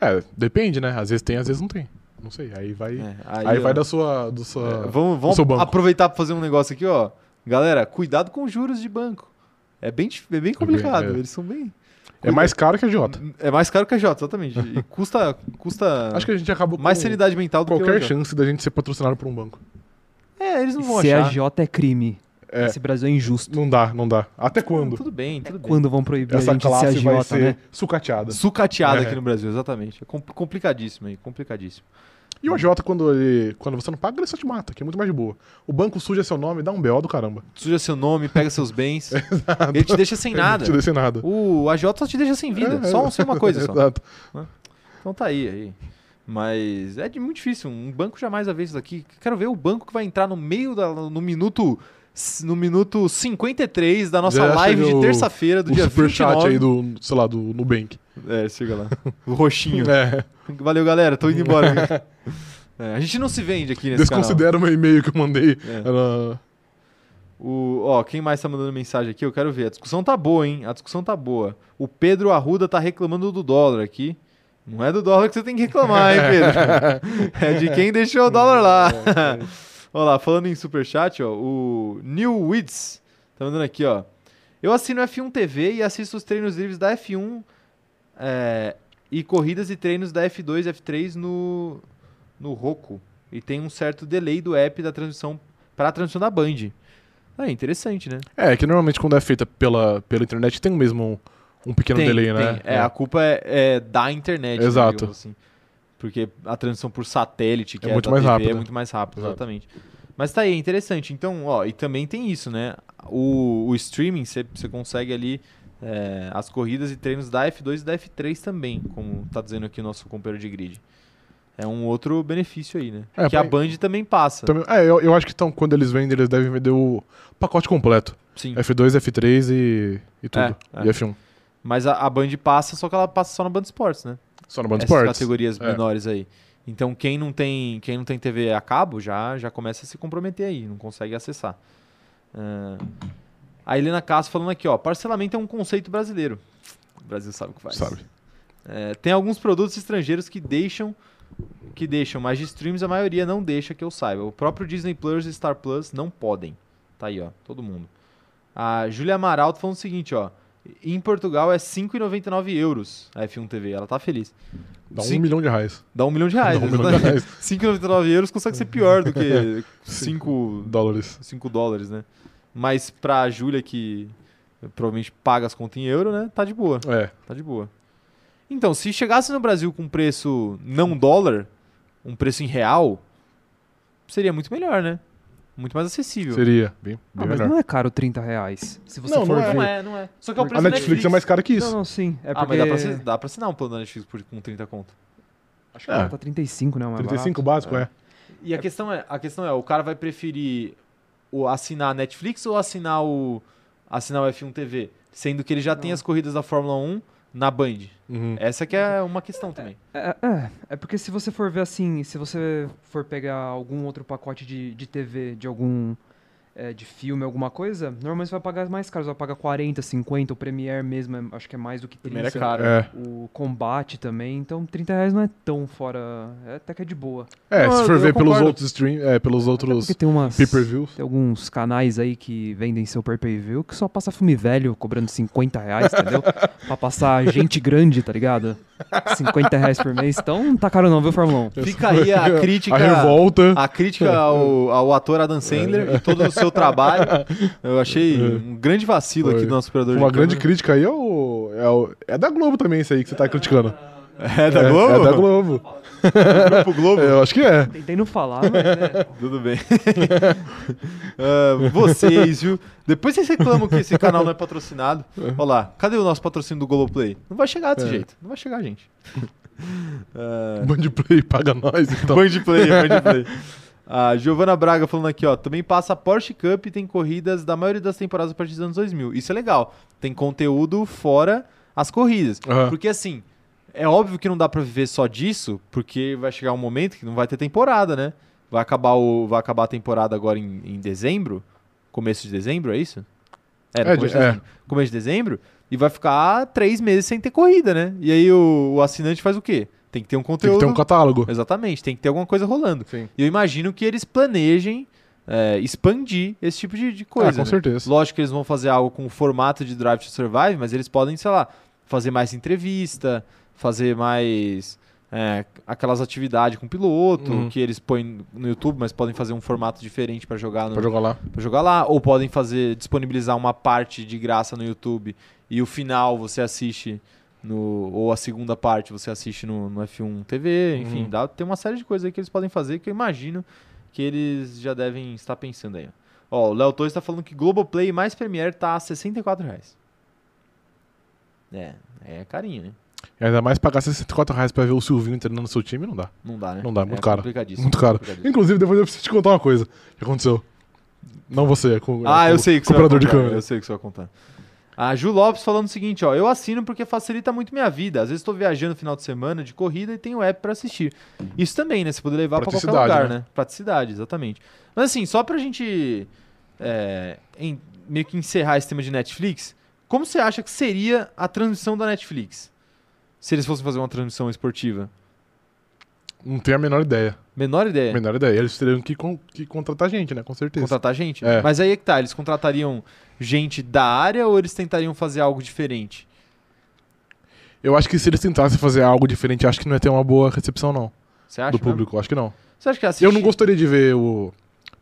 É, depende, né? Às vezes tem, às vezes não tem. Não sei, aí vai... É, Aí, vai ó, da sua... Do sua... é, vamos seu vamos banco. aproveitar para fazer um negócio aqui, ó. Galera, cuidado com juros de banco. É bem, dif- é bem complicado, é. eles são bem... É mais caro que a Jota. É mais caro que a Jota, exatamente. E custa, custa Acho que a gente acabou É. mais com sanidade mental do que o qualquer AJ. chance da gente ser patrocinado por um banco. É, eles não vão Se a achar. Jota é crime. É. Esse Brasil é injusto. Não dá, não dá. Até quando? Tudo bem, tudo bem. Quando vão proibir a Essa gente de ser classe vai agiota, ser né? sucateada. Sucateada É. aqui no Brasil, exatamente. É com- complicadíssimo aí, complicadíssimo. E o AJ, quando, ele, quando você não paga, ele só te mata, que é muito mais de boa. O banco suja seu nome, dá um BO do caramba. Suja seu nome, pega seus bens. ele te deixa sem nada. Não te desce nada. O AJ só te deixa sem vida. Só um sem uma coisa só. Exato. Então tá aí, aí. Mas é de- muito difícil. Um banco jamais vai ver isso daqui. Quero ver o banco que vai entrar no meio da. no minuto. No minuto 53 da nossa Já live chega de o- terça-feira do O dia 29. superchat aí do, sei lá, do Nubank. É, chega lá. O roxinho. É, Valeu, galera. Tô indo embora. É, a gente não se vende aqui nesse canal. desconsidera o meu e-mail que eu mandei. É. Era- O, ó, quem mais tá mandando mensagem aqui? Eu quero ver. A discussão tá boa, hein? A discussão tá boa. O Pedro Arruda tá reclamando do dólar aqui. Não é do dólar que você tem que reclamar, hein, Pedro? é de quem deixou o dólar lá. Olha lá, falando em superchat, ó, o Neil Witz tá mandando aqui, ó. Eu assino F1 TV e assisto os treinos livres da F1 é, e corridas e treinos da F2 e F3 no, no Roku. E tem um certo delay do app da transmissão para a transmissão da Band. É interessante, né? É, que normalmente quando é feita pela, pela internet tem mesmo um, um pequeno delay, né? É, a culpa é, é da internet. né, Exato. digamos assim. Porque a transição por satélite, que é, É muito da mais TV, é rápida. muito mais rápida, Exato. exatamente. Mas tá aí, é interessante. Então, ó, e também tem isso, né? O, o streaming, você você consegue ali é, as corridas e treinos da F2 e da F3 também, como tá dizendo aqui o nosso companheiro de grid. É um outro benefício aí, né? É, que a pra- Band também passa. Também- é, eu, eu acho que então, quando eles vendem, eles devem vender o pacote completo. Sim. F2, F3 e, e tudo. É, é. E F1. Mas a, a Band passa, só que ela passa só na Band Esportes, né? Só no Band essas Sports. categorias É. menores aí. Então quem não tem quem não tem TV a cabo já já começa a se comprometer aí, não consegue acessar. Ah, a Helena Castro falando aqui, ó, parcelamento é um conceito brasileiro. O Brasil sabe o que faz. Sabe? É, tem alguns produtos estrangeiros que deixam que deixam, mas de streams a maioria não deixa que eu saiba. O próprio Disney Plus e Star Plus não podem. Tá aí, ó, todo mundo. A Júlia Amaral tá falando o seguinte, ó. Em Portugal é 5,99 euros a F1 TV. Ela tá feliz. Dá Sim. um milhão de reais. Dá um milhão de reais. Dá um milhão de reais. É. 5,99 euros consegue ser pior do que Sim. 5, Dólares. 5 dólares, né? Mas pra Júlia, que provavelmente paga as contas em euro, né? Tá de boa, É. tá de boa. Então, se chegasse no Brasil com um preço não dólar, um preço em real, seria muito melhor, né? Muito mais acessível. Seria. Bem, bem Ah, mas melhor. não é caro 30 reais. Se você Não, for não é. ver. é, não é. Só que é o A preço da Netflix, é mais cara que Não, isso. não, sim. É ah, porque... mas dá pra, assi- dá pra assinar um plano da Netflix por, com 30 conto. Acho Ah, tá 35, né? o mais 35 barato. básico, é. E a questão é, a questão é, o cara vai preferir o assinar a Netflix ou assinar o assinar o F1 TV, sendo que ele já tem Não. as corridas da Fórmula 1 na Band. Uhum. Essa que é uma questão também. É, é, é porque se você for ver assim, se você for pegar algum outro pacote de, de TV, de algum é, de filme, alguma coisa, normalmente você vai pagar mais caro, você vai pagar 40, 50, o Premiere mesmo, é- acho que é mais do que 30. Primeiro é caro. É. O combate também, então 30 reais não é tão fora. É até que é de boa. É, Não, se for eu ver pelos concordo. outros stream, é, pelos outros Porque tem umas. pay-per-views. Tem alguns canais aí que vendem seu pay-per-view que só passa filme velho cobrando 50 reais, entendeu? pra passar gente grande, tá ligado? 50 reais por mês. Então não tá caro não, viu, Fórmula 1? Fica aí a crítica A revolta. a crítica ao, ao ator Adam Sandler e todo o seu trabalho. Eu achei um grande vacilo aqui Foi. do nosso operador Uma de grande câmera. crítica aí é o, é o- é da Globo também isso aí que você tá criticando. É da Globo? É, da Globo. Grupo Globo? Eu acho que é. Tentei não falar, mas né? Tudo bem. Ah, vocês, viu? Depois vocês reclamam que esse canal não é patrocinado. Olha lá, cadê o nosso patrocínio do Globoplay? Não vai chegar desse É. jeito. Não vai chegar, gente. Ah, Band Play paga nós, então. Band Play, Band Play. A Giovana Braga falando aqui, ó. Também passa a Porsche Cup e tem corridas da maioria das temporadas a partir dos anos 2000. Isso é legal. Tem conteúdo fora as corridas. Aham. Porque assim, é óbvio que não dá pra viver só disso, porque vai chegar um momento que não vai ter temporada, né? Vai acabar, o, vai acabar a temporada agora em, em dezembro. começo de dezembro, é isso? É, no começo, de é. dezembro. Começo de dezembro. E vai ficar três meses sem ter corrida, né? E aí o, o assinante faz o quê? Tem que ter um Tem conteúdo. que ter um catálogo. Ah, Exatamente, tem que ter alguma coisa rolando. Sim. E eu imagino que eles planejem é, expandir esse tipo de, de coisa. ah, com né? certeza. Lógico que eles vão fazer algo com o formato de Drive to Survive, mas eles podem, sei lá, fazer mais entrevista, fazer mais é, aquelas atividades com piloto, Uhum. que eles põem no YouTube, mas podem fazer um formato diferente para jogar, no- Pra jogar lá. pra jogar lá. Ou podem fazer disponibilizar uma parte de graça no YouTube e o final você assiste. No, ou a segunda parte você assiste no, no F1 TV, enfim, Uhum. dá, tem uma série de coisas aí que eles podem fazer que eu imagino que eles já devem estar pensando aí. Ó, o Léo Torres tá falando que Globoplay mais Premiere tá a R$ 64 reais. É, é carinho, né? E ainda mais pagar 64 reais pra ver o Silvinho treinando seu time, não dá. Não dá, né? Não dá, é muito caro. complicadíssimo, Muito caro. complicadíssimo. Inclusive, depois eu preciso te contar uma coisa que aconteceu. Não você, é com Ah, é com eu o sei o que você vai comprador de contar. câmera. Eu sei o que você vai contar. A Ju Lopes falando o seguinte, ó, eu assino porque facilita muito minha vida. Às vezes estou viajando no final de semana de corrida e tenho app para assistir. Isso também, né? Você poder levar para qualquer Praticidade, lugar, né? né? Praticidade, exatamente. Mas assim, só pra gente é, em- meio que encerrar esse tema de Netflix, como você acha que seria a transmissão da Netflix? Se eles fossem fazer uma transmissão esportiva? Não tenho a menor ideia. Menor ideia. Menor ideia. Eles teriam que, con- que contratar gente, né? Com certeza. Contratar gente? É. Mas aí é que tá, eles contratariam gente da área ou eles tentariam fazer algo diferente? Eu acho que se eles tentassem fazer algo diferente, acho que não ia ter uma boa recepção, não. Você acha? do mesmo? público. Acho que não. Você acha que é assiste... Eu não gostaria de ver o.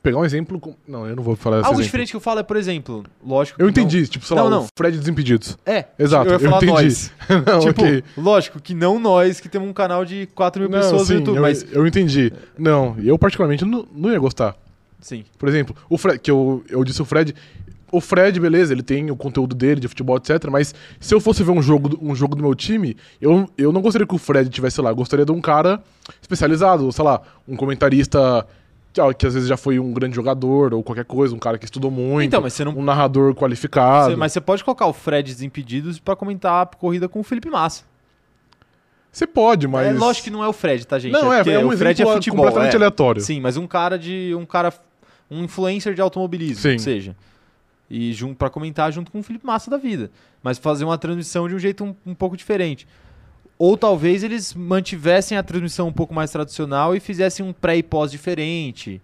Pegar um exemplo. com- Não, eu não vou falar esse Algo exemplo. diferente que eu falo é, por exemplo, lógico Eu que não- entendi, tipo, sei lá, Não, o não. Fred dos Impedidos. É, Exato, eu ia eu falar entendi. nós. não, tipo, ok. lógico que não nós que temos um canal de 4 mil Não, pessoas sim, no YouTube, eu, mas... eu entendi. Não, eu particularmente não, não ia gostar. Sim, Por exemplo, o Fred, que eu, eu disse o Fred. O Fred, beleza, ele tem o conteúdo dele de futebol, etc. Mas se eu fosse ver um jogo, do- um jogo do meu time, eu, eu não gostaria que o Fred tivesse lá. Eu gostaria de um cara especializado, sei lá, um comentarista que, ah, que às vezes já foi um grande jogador ou qualquer coisa, um cara que estudou muito, Então, mas você não- um narrador qualificado. Você- mas você pode colocar o Fred Desimpedidos pra comentar a corrida com o Felipe Massa. Você pode, mas. É lógico que não é o Fred, tá, gente? Não, é, porque é um o Fred é exemplo futebol, completamente é. aleatório. Sim, mas um cara de... um cara... um influencer de automobilismo, Sim. que seja. E jun- pra comentar junto com o Felipe Massa da vida. Mas fazer uma transmissão de um jeito um, um pouco diferente. Ou talvez eles mantivessem a transmissão um pouco mais tradicional e fizessem um pré e pós diferente.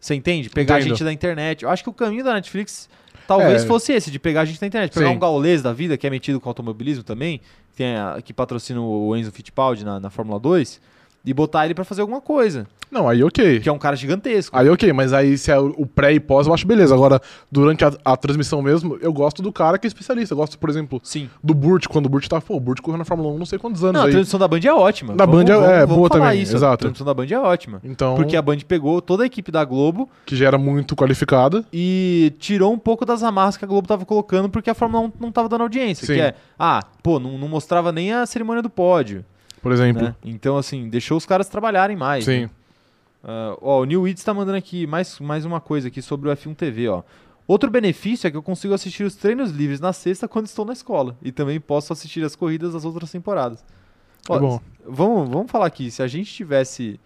Você entende? Pegar Entendo. gente da internet. Eu acho que o caminho da Netflix talvez É. fosse esse, de pegar gente da internet. Pegar Sim. um gaulês da vida, que é metido com automobilismo também, que, tem a- que patrocina o Enzo Fittipaldi na, na Fórmula 2, e botar ele pra fazer alguma coisa. Não, aí ok. Que é um cara gigantesco. Aí ok, mas aí se é o o pré e pós, eu acho beleza. Agora, durante a, a transmissão mesmo, eu gosto do cara que é especialista. Eu gosto, por exemplo, Sim. do Burt, quando o Burt tá, pô, o Burt correu na Fórmula 1 não sei quantos anos Não, a aí. transmissão da Band é ótima. Da Band é- é boa também, A exato. transmissão da Band é ótima. Então, Porque a Band pegou toda a equipe da Globo que já era muito qualificada. e tirou um pouco das amarras que a Globo tava colocando porque a Fórmula 1 não tava dando audiência. Sim. Que é, ah, pô, não, não mostrava nem a cerimônia do pódio. Por exemplo. né? Então, assim, deixou os caras trabalharem mais. né? Sim. Ah, ó, o New Weeds tá mandando aqui mais, mais uma coisa aqui sobre o F1 TV, ó. Outro benefício é que eu consigo assistir os treinos livres na sexta quando estou na escola. E também posso assistir as corridas das outras temporadas. Ó, É bom. Vamos, vamos falar aqui, se a gente tivesse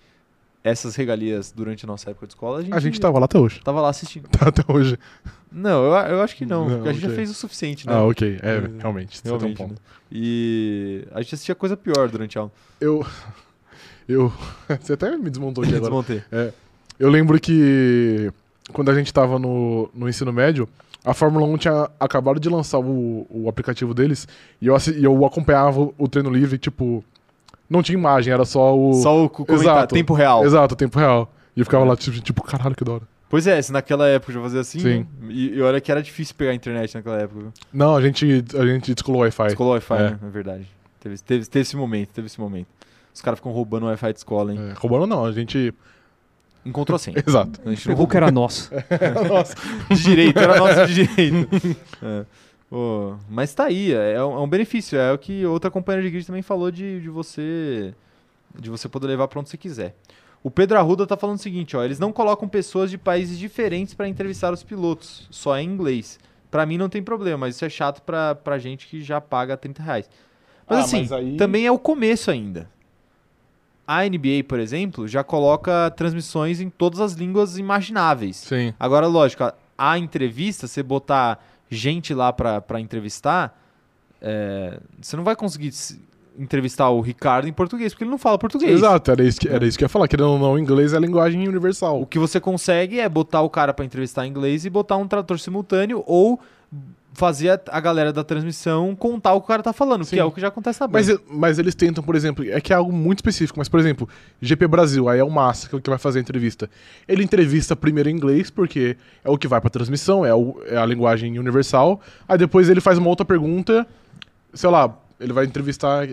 essas regalias durante a nossa época de escola, a gente, A gente tá tava lá até hoje. tava lá assistindo. Tá até hoje. Não, eu, eu acho que não, Não, porque a gente já ok. fez o suficiente, né? Ah, ok. É, É. realmente. Você tem um Realmente, ponto. né? E a gente assistia coisa pior durante a aula. Eu. Eu. Você até me desmontou aqui agora. Desmontei. Eu lembro que quando a gente tava no, no ensino médio, a Fórmula 1 tinha acabado de lançar o, o aplicativo deles e eu, assi- e eu acompanhava o- o treino livre, tipo. Não tinha imagem, era só o. Só o comentário, Exato. tempo real. Exato, tempo real. E eu ficava lá, tipo, tipo, caralho, que da hora. Pois é, se naquela época já fazia assim, Sim. né? e, e olha que era difícil pegar a internet naquela época, viu? Não, a gente, a gente descolou o Wi-Fi. Escola Wi-Fi, É. né? Na verdade. Teve, teve, teve esse momento, teve esse momento. Os caras ficam roubando o Wi-Fi de escola, hein? É, roubando não, a gente. É. Encontrou a senha. Exato. A gente não Pegou o que era nosso. de direito, era nosso de direito. É. Ô, mas tá aí, é um, é um benefício. É o que outra companheira de grid também falou de, de você de você poder levar pra onde você quiser. O Pedro Arruda tá falando o seguinte, ó, eles não colocam pessoas de países diferentes pra entrevistar os pilotos, só em inglês. Pra mim não tem problema, mas isso é chato pra, pra gente que já paga 30 reais. Mas Ah, assim, mas aí- também é o começo ainda. A NBA, por exemplo, já coloca transmissões em todas as línguas imagináveis. Sim. Agora, lógico, a- a entrevista, você botar gente lá pra, pra entrevistar, é, você não vai conseguir se- entrevistar o Ricardo em português, porque ele não fala português. Exato, era isso, que, era isso que eu ia falar. Querendo ou não, o inglês é a linguagem O universal. que você consegue é botar o cara pra entrevistar em inglês e botar um tradutor simultâneo ou fazer a, a galera da transmissão contar o que o cara tá falando, Sim. que é o que já acontece na Mas, Band. mas eles tentam, por exemplo, é que é algo muito específico, mas, por exemplo, GP Brasil, aí é o Massa que é o que vai fazer a entrevista. Ele entrevista primeiro em inglês, porque é o que vai pra transmissão, é, o- é a linguagem universal. Aí depois ele faz uma outra pergunta, sei lá, ele vai entrevistar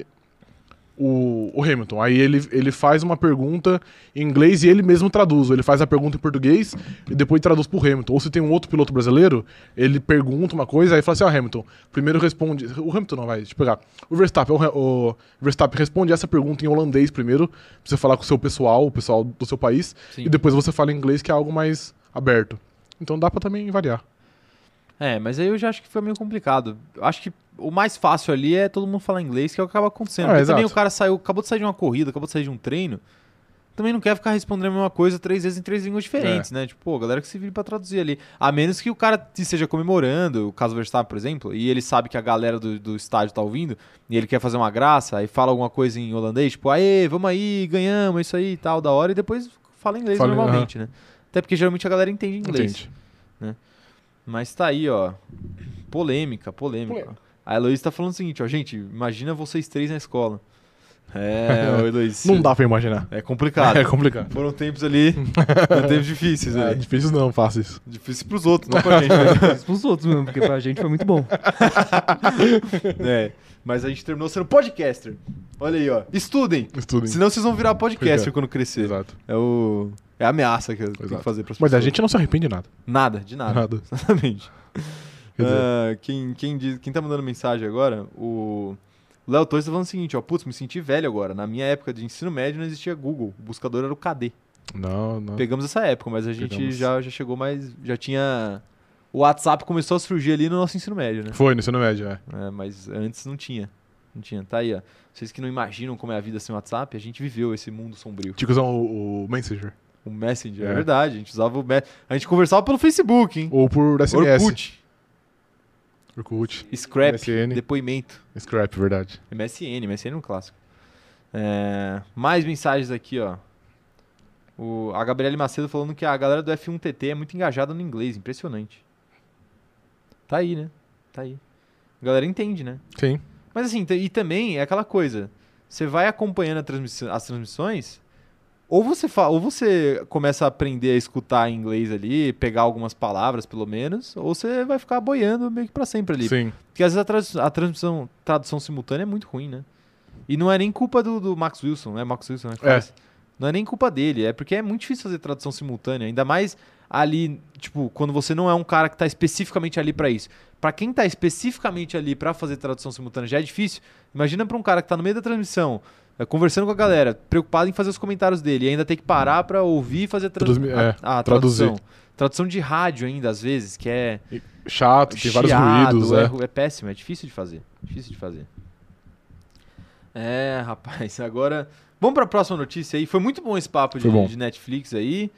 o, o Hamilton. Aí ele, ele faz uma pergunta em inglês e ele mesmo traduz. Ele faz a pergunta em português e depois traduz pro Hamilton. Ou se tem um outro piloto brasileiro, ele pergunta uma coisa aí fala assim, ó, Hamilton, primeiro responde... O Hamilton não, vai, deixa eu pegar. O Verstappen, o, Re- o Verstappen responde essa pergunta em holandês primeiro, pra você falar com o seu pessoal, o pessoal do seu país, Sim. e depois você fala em inglês, que é algo mais aberto. Então dá pra também variar. É, mas aí eu já acho que foi meio complicado. Eu Acho que o mais fácil ali é todo mundo falar inglês, que é o que acaba acontecendo. Ah, Porque também o exato. cara saiu, acabou de sair de uma corrida, acabou de sair de um treino, também não quer ficar respondendo a mesma coisa três vezes em três línguas diferentes, É. né? Tipo, pô, galera que se vire pra traduzir ali. A menos que o cara te esteja comemorando, o caso do Verstappen, por exemplo, e ele sabe que a galera do, do estádio tá ouvindo, e ele quer fazer uma graça, aí fala alguma coisa em holandês, tipo, aê, vamos aí, ganhamos, isso aí e tal, da hora, e depois fala inglês Fala- normalmente, né? Até porque geralmente a galera entende inglês. Entende? Mas tá aí, ó. Polêmica, polêmica. Polêmica. A Heloísa tá falando o seguinte, ó, gente, imagina vocês três na escola. É, ô Heloísa. Não dá pra imaginar. É complicado. É complicado. Foram tempos ali, foram tempos difíceis É, ali. difícil não, faça isso. Difícil pros outros, não pra gente. né? Isso pros outros mesmo, porque pra gente foi muito bom. É, mas a gente terminou sendo podcaster. Olha aí, ó. Estudem! Estudem. Senão vocês vão virar podcaster Porque- quando crescer. Exato. É o... É a ameaça que eu tenho que Exato. fazer pras Mas a pessoas. gente não se arrepende de nada. Nada, de nada. Nada. Exatamente. Quer dizer- Ah, quem, quem, diz, quem tá mandando mensagem agora, o o Léo Torres tá falando o seguinte, ó, putz, me senti velho agora. Na minha época de ensino médio não existia Google, o buscador era o KD. Não, não. Pegamos essa época, mas a gente Ah. Pegamos. já, já chegou mais, já tinha... O WhatsApp começou a surgir ali no nosso ensino médio, né? Foi no ensino médio, é. É, mas antes não tinha, não tinha. Tá aí, ó. Vocês que não imaginam como é a vida sem WhatsApp, a gente viveu esse mundo sombrio. Tinha que usar o, o Messenger. O Messenger, é, Tipo, É. verdade, a gente usava o... Me- A gente conversava pelo Facebook, hein? Ou por SMS. Orkut, Orkut. Scrap, MSN. depoimento. Scrap, verdade. MSN, MSN é um clássico. É, mais mensagens aqui, ó. O, a Gabriele Macedo falando que a galera do F1TT é muito engajada no inglês, impressionante. Tá aí, né? Tá aí. A galera entende, né? Sim. Mas assim, t- e também é aquela coisa. Você vai acompanhando a transmissi- as transmissões, ou você, fa- ou você começa a aprender a escutar em inglês ali, pegar algumas palavras pelo menos, ou você vai ficar boiando meio que pra sempre ali. Sim. Porque às vezes a, tra- a transmissão, tradução simultânea é muito ruim, né? E não é nem culpa do, do Max Wilson, é Max Wilson, né? que É. faz? Não é nem culpa dele, é porque é muito difícil fazer tradução simultânea, ainda mais ali, tipo, quando você não é um cara que tá especificamente ali pra isso. Pra quem tá especificamente ali pra fazer tradução simultânea já é difícil. Imagina pra um cara que tá no meio da transmissão, eh, conversando com a galera, preocupado em fazer os comentários dele, e ainda tem que parar pra ouvir e fazer tra Transmi- é, a, a traduzir. tradução. Tradução de rádio ainda às vezes, que é Chato, tem vários Chiado, ruídos, é, é. ru- é péssimo, é difícil de fazer. Difícil de fazer. É, rapaz, agora. Vamos pra próxima notícia aí. Foi muito bom esse papo de, Foi bom. de Netflix aí.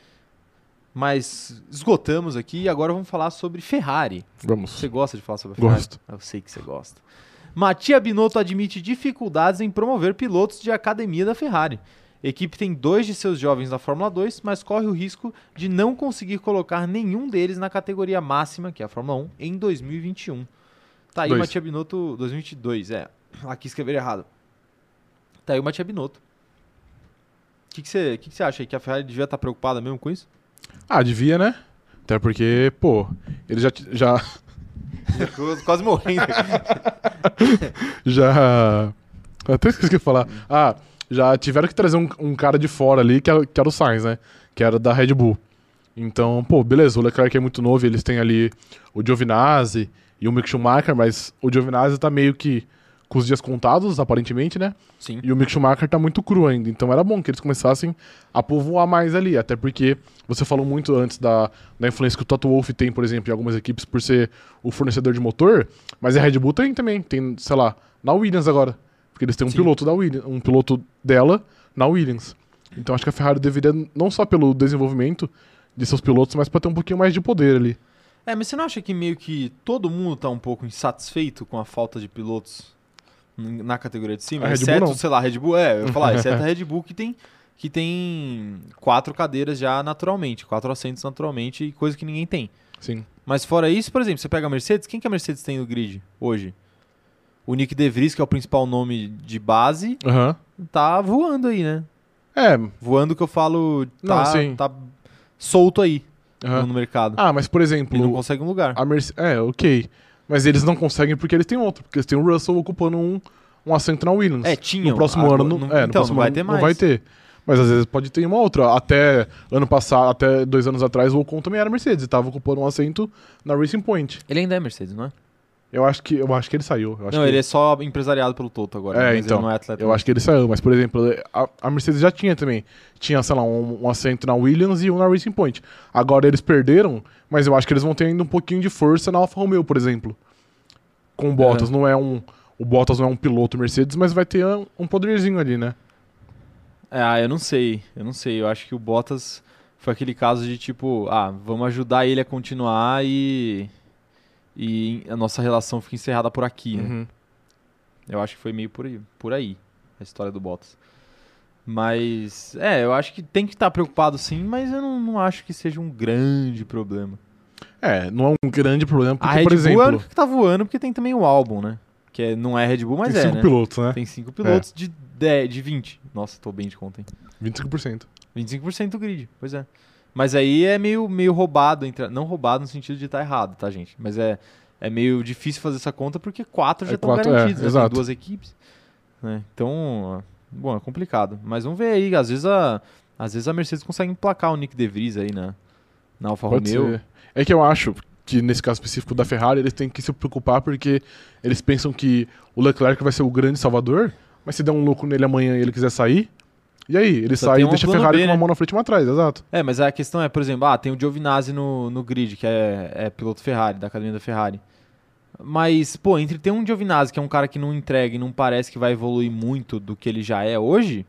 Mas esgotamos aqui e agora vamos falar sobre Ferrari. Vamos. Você gosta de falar sobre a Ferrari? Gosto. Eu sei que você gosta. Matia Binotto admite dificuldades em promover pilotos de academia da Ferrari. Equipe tem dois de seus jovens na Fórmula 2, mas corre o risco de não conseguir colocar nenhum deles na categoria máxima, que é a Fórmula 1, em 2021. Tá aí o Dois. Matia Binotto 2022, é. Aqui escreveram errado. Tá aí o Matia Binotto. O que que você que que você acha aí? Que a Ferrari devia estar preocupada mesmo com isso? Ah, devia, né? Até porque, pô, ele já, já, Eu tô quase morrendo. já. Eu até esqueci o que eu ia falar. Ah, já tiveram que trazer um, um cara de fora ali, que era, que era o Sainz, né? Que era da Red Bull. Então, pô, beleza, o Leclerc é muito novo, eles têm ali o Giovinazzi e o Mick Schumacher, mas o Giovinazzi tá meio que com os dias contados, aparentemente, né? Sim. E o Mick Schumacher tá muito cru ainda, então era bom que eles começassem a povoar mais ali, até porque você falou muito antes da, da influência que o Toto Wolff tem, por exemplo, em algumas equipes por ser o fornecedor de motor, mas a Red Bull tem também, tem, sei lá, na Williams agora, porque eles têm um Sim. piloto da Williams, um piloto dela na Williams. Então acho que a Ferrari deveria não só pelo desenvolvimento de seus pilotos, mas pra ter um pouquinho mais de poder ali. É, mas você não acha que meio que todo mundo tá um pouco insatisfeito com a falta de pilotos n- na categoria de cima? A Red Bull exceto, não. sei lá, Red Bull. É, eu ia falar, exceto a Red Bull que tem, que tem quatro cadeiras já naturalmente, quatro assentos naturalmente, e coisa que ninguém tem. Sim. Mas fora isso, por exemplo, você pega a Mercedes, quem que a Mercedes tem no grid hoje? O Nick De Vries, que é o principal nome de base, Aham. tá voando aí, né? É, Voando que eu falo, Não, tá, sim. tá solto aí aham. no mercado. Ah, mas por e não exemplo, consegue um lugar. a Merce... É, ok. Mas eles não conseguem porque eles têm outro. Porque eles têm o Russell ocupando um, um assento na Williams. É, tinha. No próximo ano, não, é, no então, próximo não vai ano ter mais. Não vai ter. Mas às vezes pode ter uma outra. Até ano passado, até dois anos atrás, o Ocon também era Mercedes e tava ocupando um assento na Racing Point. Ele ainda é Mercedes, não é? Eu acho que, eu acho que ele saiu. Eu acho não, que ele é só empresariado pelo Toto agora. É, mas então, Ele não é atleta. Eu acho que ele saiu, mas por exemplo, a, a Mercedes já tinha também. Tinha, sei lá, um, um assento na Williams e um na Racing Point. Agora eles perderam, mas eu acho que eles vão ter ainda um pouquinho de força na Alfa Romeo, por exemplo. Com o Bottas, não é um. O Bottas não é um piloto Mercedes, mas vai ter um, um poderzinho ali, né? É, ah, eu não sei. Eu não sei. Eu acho que o Bottas foi aquele caso de tipo, ah, vamos ajudar ele a continuar e. E a nossa relação fica encerrada por aqui, Uhum. né? Eu acho que foi meio por aí, por aí a história do Bottas. Mas, é, eu acho que tem que estar preocupado sim, mas eu não, não acho que seja um grande problema. É, não é um grande problema, porque, a Red por exemplo, Bull é a única que tá voando, porque tem também o álbum, né? Que é- não é Red Bull, mas tem é, cinco né? pilotos, né? Tem cinco pilotos de, 10, de 20. Nossa, tô bem de conta, hein? 25%. 25% do grid, pois é. Mas aí é meio, meio roubado, entre- não roubado no sentido de estar errado, tá, gente? Mas é, é meio difícil fazer essa conta porque quatro É já estão quatro, é, garantidos, né? Tem exato. duas equipes. né? Então, ó, bom, é complicado. Mas vamos ver aí, às vezes a, às vezes a Mercedes consegue emplacar o Nick De Vries aí na, na Alfa Pode Romeo. ser. É que eu acho que nesse caso específico da Ferrari, eles têm que se preocupar porque eles pensam que o Leclerc vai ser o grande salvador, mas se der um louco nele amanhã e ele quiser sair, e aí? Ele Só sai tem e um deixa a plano Ferrari B, com uma né? mão na frente e uma atrás, exato. É, mas a questão é, por exemplo, ah, tem o Giovinazzi no, no grid, que é, é piloto Ferrari, da academia da Ferrari. Mas, pô, entre ter um Giovinazzi, que é um cara que não entrega e não parece que vai evoluir muito do que ele já é hoje,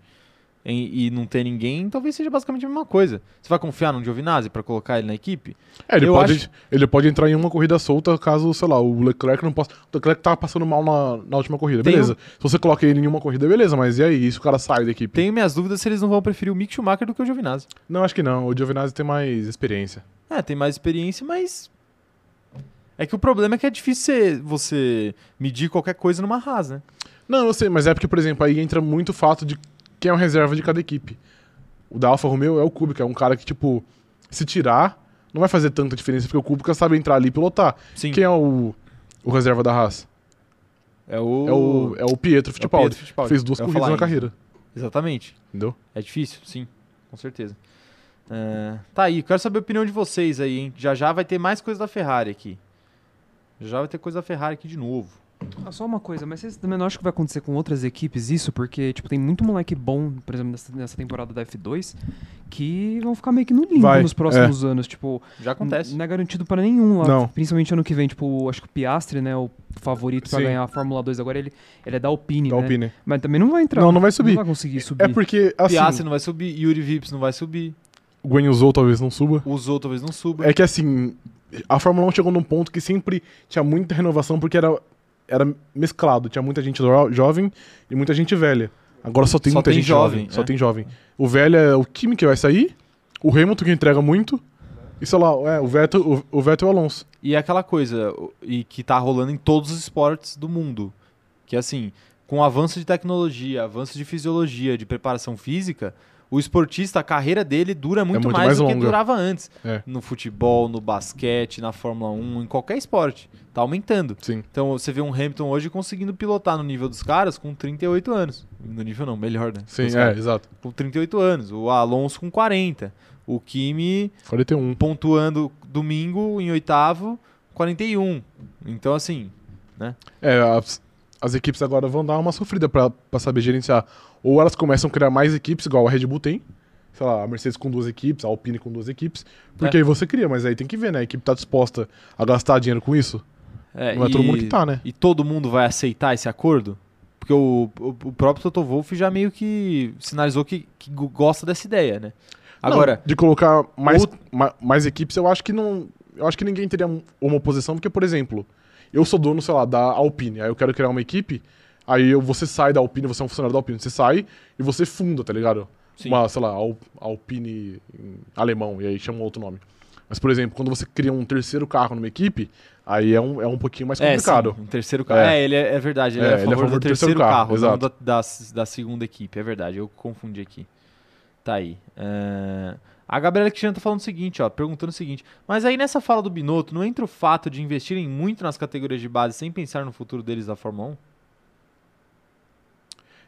e, e não ter ninguém, talvez seja basicamente a mesma coisa. Você vai confiar num Giovinazzi pra colocar ele na equipe? É, ele Eu pode, acho- ele pode entrar em uma corrida solta caso, sei lá, o Leclerc não possa. O Leclerc tá passando mal na, na última corrida, Tem um- beleza. Se você coloca ele em uma corrida, beleza, mas e aí? E se o cara sai da equipe? Tenho minhas dúvidas se eles não vão preferir o Mick Schumacher do que o Giovinazzi. Não, acho que não. O Giovinazzi tem mais experiência. É, tem mais experiência, mas. É que o problema é que é difícil você- você medir qualquer coisa numa Haas, né? Não, eu sei, mas é porque, por exemplo, aí entra muito o fato de quem é o reserva de cada equipe. O da Alfa Romeo é o Kubica, é um cara que, tipo, se tirar, não vai fazer tanta diferença, porque o Kubica sabe entrar ali e pilotar. Sim. Quem é o, o reserva da Haas? É o. É o, é o Pietro Fittipaldi. Pietro Fittipaldi. Fez duas Eu ia corridas falar na ainda. carreira, Exatamente. entendeu? É difícil? Sim, com certeza. É, tá aí, quero saber a opinião de vocês aí, hein? Já já vai ter mais coisa da Ferrari aqui. Já já vai ter coisa da Ferrari aqui de novo. Ah, só uma coisa, mas vocês também não acham que vai acontecer com outras equipes isso? Porque, tipo, tem muito moleque bom, por exemplo, nessa, nessa temporada da F2, que vão ficar meio que no limbo Vai, é. nos próximos anos. Tipo, Já acontece. n- não é garantido pra nenhum lá. Não. Principalmente ano que vem, tipo, acho que o Piastre, né, o favorito pra Sim. ganhar a Fórmula 2 agora, ele, ele é da Alpine, Da né? Alpine. Mas também não vai entrar. Não, não vai subir. Não vai conseguir subir. É porque, assim, Piastri não vai subir, Yuri Vips não vai subir, o Gwen Uzou talvez não suba. o Zou talvez não suba. É que, assim, a Fórmula 1 chegou num ponto que sempre tinha muita renovação, porque era, era mesclado. Tinha muita gente jo- jovem e muita gente velha. Agora só tem Só muita tem gente jovem. jovem, Só é. tem jovem. O velho é o Kimi que vai sair, o Hamilton que entrega muito, e sei lá, é, o Vettel, o, o Vettel e o Alonso. E é aquela coisa, o- e que tá rolando em todos os esportes do mundo. Que assim, com o avanço de tecnologia, avanço de fisiologia, de preparação física, o esportista, a carreira dele dura muito, muito mais, mais do que longa. durava antes. É. No futebol, no basquete, na Fórmula 1, em qualquer esporte. Tá aumentando. Sim. Então você vê um Hamilton hoje conseguindo pilotar no nível dos caras com 38 anos. No nível não, melhor, né? Sim, Dos é, caras, exato. Com 38 anos. O Alonso com 40. O Kimi 41. pontuando domingo em oitavo, 41. Então, assim, É, as, as equipes agora vão dar uma sofrida pra, pra saber gerenciar. Ou elas começam a criar mais equipes, igual a Red Bull tem. Sei lá, a Mercedes com duas equipes, a Alpine com duas equipes. Porque É. aí você cria, mas aí tem que ver, né? A equipe tá disposta a gastar dinheiro com isso? é, Não é e, todo mundo que tá, né? e todo mundo vai aceitar esse acordo? Porque o, o, o próprio Toto Wolff já meio que sinalizou que, que go- gosta dessa ideia, né? Agora, Não, de colocar mais, o- ma- mais equipes, eu acho que não. Eu acho que ninguém teria um- uma oposição, porque, por exemplo, eu sou dono, sei lá, da Alpine, aí eu quero criar uma equipe, aí eu, você sai da Alpine, você é um funcionário da Alpine, você sai e você funda, tá ligado? Sim. Uma, sei lá, Al- Alpine em alemão, e aí chama um outro nome. Mas, por exemplo, quando você cria um terceiro carro numa equipe, aí é um, é um pouquinho mais complicado. sim, um terceiro carro. É. É, ele é, é verdade, ele é, a favor do terceiro, carro, não da, da, da segunda equipe, é verdade, eu confundi aqui. Tá aí. Ah, a Gabriela Cristiano tá falando o seguinte, ó, perguntando o seguinte, mas aí nessa fala do Binotto, não entra o fato de investirem muito nas categorias de base sem pensar no futuro deles da Fórmula 1?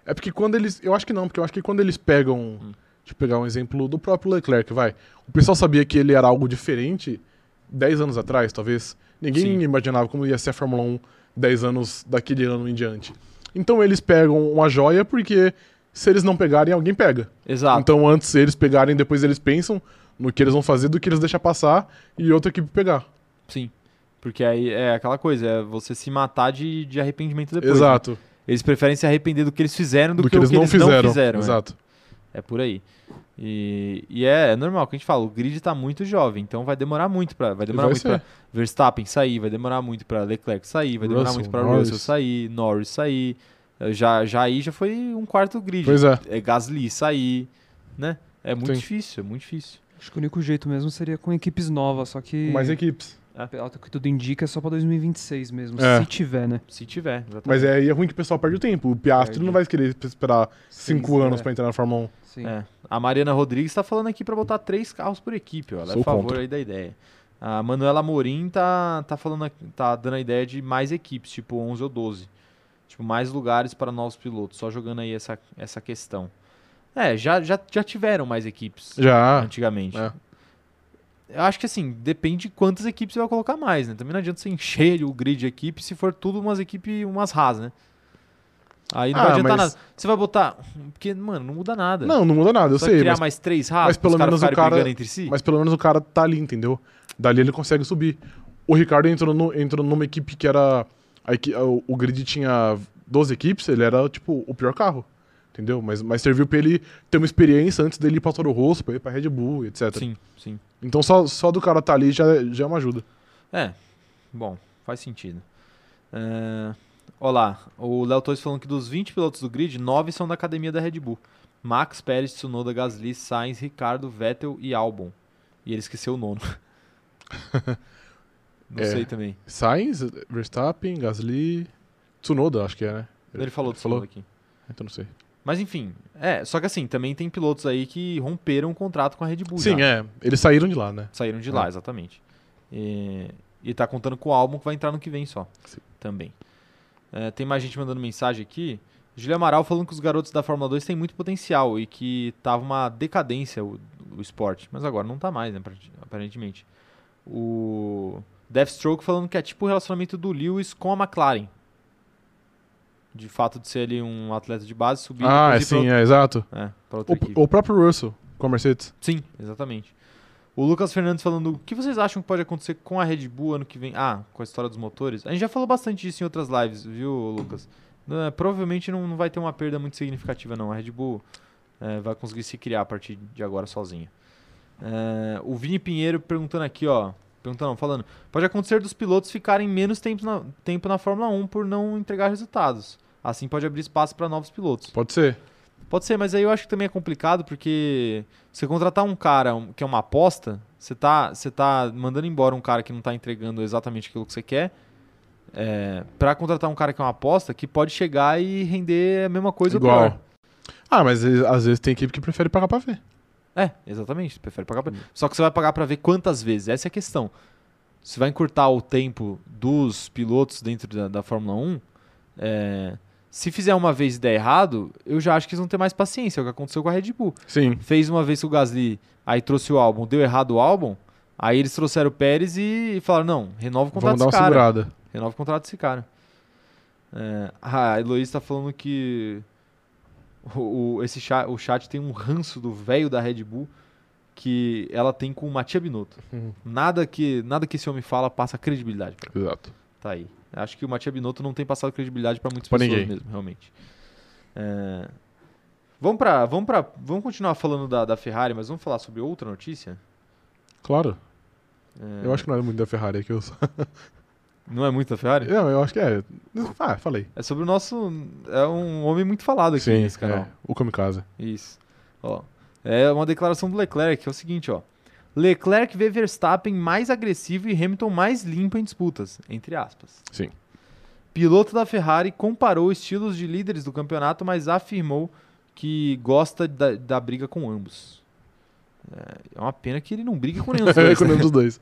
É porque quando eles. Eu acho que não, porque eu acho que quando eles pegam. Hum. Deixa eu pegar um exemplo do próprio Leclerc, vai. O pessoal sabia que ele era algo diferente 10 anos atrás, talvez. Ninguém Sim. imaginava como ia ser a Fórmula 1 10 anos daquele ano em diante. Então eles pegam uma joia porque se eles não pegarem, alguém pega. Exato. Então antes eles pegarem, depois eles pensam no que eles vão fazer, do que eles deixam passar e outra equipe pegar. Então, Sim. Porque aí é aquela coisa, é você se matar de, de arrependimento depois. né? Exato. Eles preferem se arrepender do que eles fizeram do, Do, que, o que eles não fizeram. é. Exato. É por aí. E, e é, é normal que a gente fala, o grid tá muito jovem, então vai demorar muito para vai demorar vai muito ser. para Verstappen sair, vai demorar muito para Leclerc sair, vai demorar Russell, muito para Norris. Russell sair, Norris sair. Eh, Já já aí já foi um quarto do grid. Pois é. É Gasly sair, né? É muito Sim. difícil, é muito difícil. Acho que o único jeito mesmo seria com equipes novas, só que. Mais equipes. Pelo que tudo indica, é só pra 2026 mesmo, É. se tiver, né? Se tiver, exatamente. Mas é, aí é ruim que o pessoal perde o tempo. O Piastri Perde. não vai querer esperar cinco Seis, anos é. pra entrar na Fórmula 1. Sim. É. A Mariana Rodrigues tá falando aqui pra botar três carros por equipe, ó. Ela é Sou a favor contra. aí da ideia. A Manuela Morim tá, tá falando, aqui- tá dando a ideia de mais equipes, tipo 11 ou 12. Tipo, mais lugares para novos pilotos, só jogando aí essa, essa questão. É, já, já, já tiveram mais equipes Já. antigamente. é. Eu acho que assim, depende de quantas equipes você vai colocar mais, né? Também não adianta você encher o grid de equipe se for tudo umas equipes, umas Haas, né? Aí não Ah, vai adiantar mas- nada. Você vai botar. Porque, mano, não muda nada. Não, não muda nada, eu é. Só sei. criar Mas, mais três raças, mas pelo os caras menos o ficarem cara- brigando entre si? mas pelo menos o cara tá ali, entendeu? Dali ele consegue subir. O Ricardo entrou, no- entrou numa equipe que era. a equi- o, o grid tinha 12 equipes, ele era, tipo, o pior carro. Entendeu? Mas, mas serviu pra ele ter uma experiência antes dele ir pra Toro Rosso, pra ir pra Red Bull, etc. Sim, sim. Então só, só do cara tá ali já, já é uma ajuda. É, bom, faz sentido. É... Olha lá, o Léo Torres falando que dos 20 pilotos do grid, 9 são da academia da Red Bull. Max, Pérez, Tsunoda, Gasly, Sainz, Ricardo, Vettel e Albon. E ele esqueceu o nono. Não É. sei também. Sainz, Verstappen, Gasly. Tsunoda, acho que é, né? Ele falou do falou? Tsunoda aqui. Então não sei. Mas enfim, é, só que assim, também tem pilotos aí que romperam o contrato com a Red Bull tipo, já. Sim, é. Eles saíram de lá, né? Saíram de É. lá, exatamente. E, e tá contando com o álbum que vai entrar no que vem só. Sim. Também. É, tem mais gente mandando mensagem aqui. Julia Amaral falando que os garotos da Fórmula 2 têm muito potencial e que tava uma decadência o, o esporte. Mas agora não tá mais, né? aparent- Aparentemente. O Deathstroke falando que é tipo o relacionamento do Lewis com a McLaren. De fato de ser ali um atleta de base, subir Ah, depois ir pra sim, é, exato. outra- é, pra outra equipe. O, o próprio Russell com a Mercedes. Sim, exatamente. O Lucas Fernandes falando, o que vocês acham que pode acontecer com a Red Bull ano que vem? Ah, com a história dos motores. A gente já falou bastante disso em outras lives, viu, Lucas? Não é, provavelmente não, não vai ter uma perda muito significativa, não. A Red Bull é, vai conseguir se criar a partir de agora sozinha. É, o Vini Pinheiro perguntando aqui, ó. Perguntando, não, falando. Pode acontecer dos pilotos ficarem menos tempo na, tempo na Fórmula 1 por não entregar resultados. Assim pode abrir espaço para novos pilotos. Pode ser. Pode ser, mas aí eu acho que também é complicado porque você contratar um cara um- que é uma aposta, você tá, você tá mandando embora um cara que não tá entregando exatamente aquilo que você quer. É, para contratar um cara que é uma aposta que pode chegar e render a mesma coisa ou Igual. pior. Ah, mas e- às vezes tem equipe que prefere pagar pra ver. É, exatamente. Você prefere pagar pra... Só que você vai pagar pra ver quantas vezes. Essa é a questão. Você vai encurtar o tempo dos pilotos dentro da, da Fórmula 1. é, Se fizer uma vez e der errado, eu já acho que eles vão ter mais paciência. É o que aconteceu com a Red Bull. Sim. fez uma vez com o Gasly, aí trouxe o álbum, deu errado o álbum, aí eles trouxeram o Pérez e falaram, não, renova o contrato Vamos dar uma desse cara. segurada. Renova o contrato desse cara. É, a Heloísa tá falando que o, o- esse chat, o chat tem um ranço do velho da Red Bull que ela tem com o Matia Binotto. Uhum. Nada, que, nada que esse homem fala passa credibilidade. Exato. Tá aí. Acho que o Matia Binotto não tem passado credibilidade pra muitas Pra pessoas ninguém. mesmo, realmente. É, Vamos para, vamos para, vamos continuar falando da, da Ferrari, mas vamos falar sobre outra notícia. Claro. Eu acho que não é muito da Ferrari aqui. Eu... só- Não é muito da Ferrari? não, eu acho que é. Ah, falei. É sobre o nosso. É um homem muito falado aqui nesse canal. é. O Kamikaze. Isso. Ó, é uma declaração do Leclerc, que é o seguinte, ó. Leclerc vê Verstappen mais agressivo e Hamilton mais limpo em disputas, entre aspas. Sim. Piloto da Ferrari comparou estilos de líderes do campeonato, mas afirmou que gosta da, da briga com ambos. É é uma pena que ele não briga com nenhum dos É dois, com né? nenhum dos dois.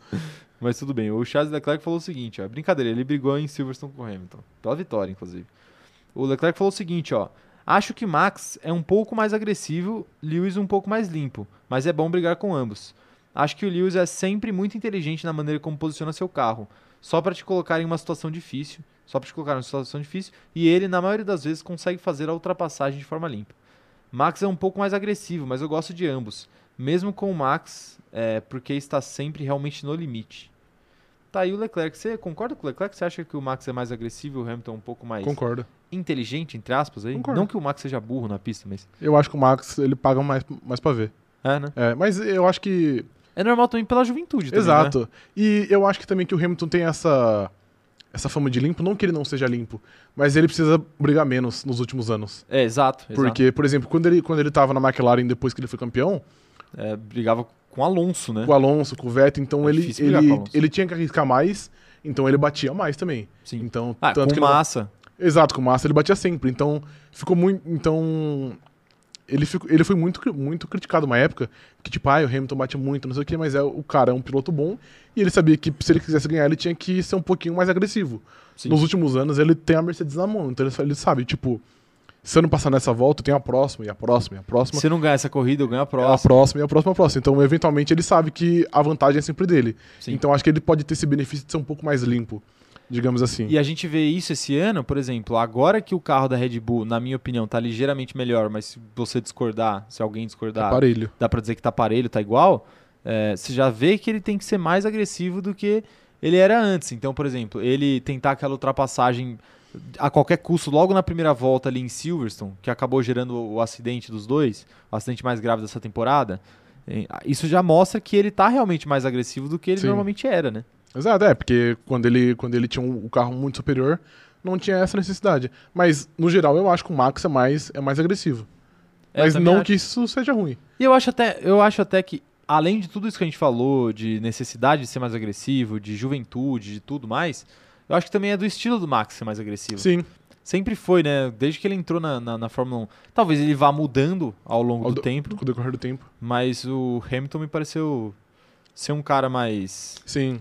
Mas tudo bem. O Charles Leclerc falou o seguinte, ó. é Brincadeira, ele brigou em Silverstone com o Hamilton. Pela vitória, inclusive. O Leclerc falou o seguinte, ó. Acho que Max é um pouco mais agressivo, Lewis um pouco mais limpo, mas é bom brigar com ambos. Acho que o Lewis é sempre muito inteligente na maneira como posiciona seu carro, só pra te colocar em uma situação difícil, só para te colocar em uma situação difícil, e ele na maioria das vezes consegue fazer a ultrapassagem de forma limpa. Max é um pouco mais agressivo, mas eu gosto de ambos, mesmo com o Max, é, porque está sempre realmente no limite. Tá aí o Leclerc. Você concorda com o Leclerc? Você acha que o Max é mais agressivo e o Hamilton um pouco mais Concordo. inteligente, entre aspas, aí. Concordo. Não que o Max seja burro na pista, mas. Eu acho que o Max, ele paga mais, mais pra ver. É, né? É, mas eu acho que É normal também pela juventude, também, né? Exato. E eu acho que também que o Hamilton tem essa essa fama de limpo, não que ele não seja limpo, mas ele precisa brigar menos nos últimos anos. É, exato. exato. Porque, por exemplo, quando ele quando ele tava na McLaren depois que ele foi campeão, É, brigava com Alonso, né? com o Alonso, com o Vettel, então É ele difícil brigar com o ele, Alonso. ele tinha que arriscar mais, então ele batia mais também. Sim. Então, Ah, tanto com que massa. Exato, com o Massa ele batia sempre. Então, ficou muito. Então. Ele, ficou, ele foi muito, cri- muito criticado uma época, que tipo, ah, o Hamilton bate muito, não sei o quê, mas é, o cara é um piloto bom, e ele sabia que se ele quisesse ganhar, ele tinha que ser um pouquinho mais agressivo. Sim. Nos últimos anos, ele tem a Mercedes na mão, então ele, sa- ele sabe, tipo, se eu não passar nessa volta, tem a próxima, e a próxima, e a próxima, Se não ganhar essa corrida, eu ganho a a próxima. próxima, e a próxima, a próxima. Então, eventualmente, ele sabe que a vantagem é sempre dele. Sim. Então, acho que ele pode ter esse benefício de ser um pouco mais limpo, digamos assim. E é a gente vê isso esse ano, por exemplo, agora que o carro da Red Bull, na minha opinião, tá ligeiramente melhor, mas se você discordar, se alguém discordar, Aparelho. dá pra dizer que tá parelho, tá igual, é, você já vê que ele tem que ser mais agressivo do que ele era antes. Então, por exemplo, ele tentar aquela ultrapassagem a qualquer custo logo na primeira volta ali em Silverstone, que acabou gerando o, o acidente dos dois, o acidente mais grave dessa temporada, eh, isso já mostra que ele tá realmente mais agressivo do que ele Sim. normalmente era, né? Exato, é, porque quando ele, quando ele tinha um, um carro muito superior, não tinha essa necessidade. Mas, no geral, eu acho que o Max é mais, é mais agressivo. É, eu Mas também não acho. que isso seja ruim. E eu acho até, eu acho até que, além de tudo isso que a gente falou, de necessidade de ser mais agressivo, de juventude, de tudo mais, eu acho que também é do estilo do Max ser mais agressivo. Sim, Sempre foi, né? Desde que ele entrou na, na, na Fórmula 1. Talvez ele vá mudando ao longo Ao do do- tempo, com o decorrer do tempo. mas o Hamilton me pareceu ser um cara mais Sim.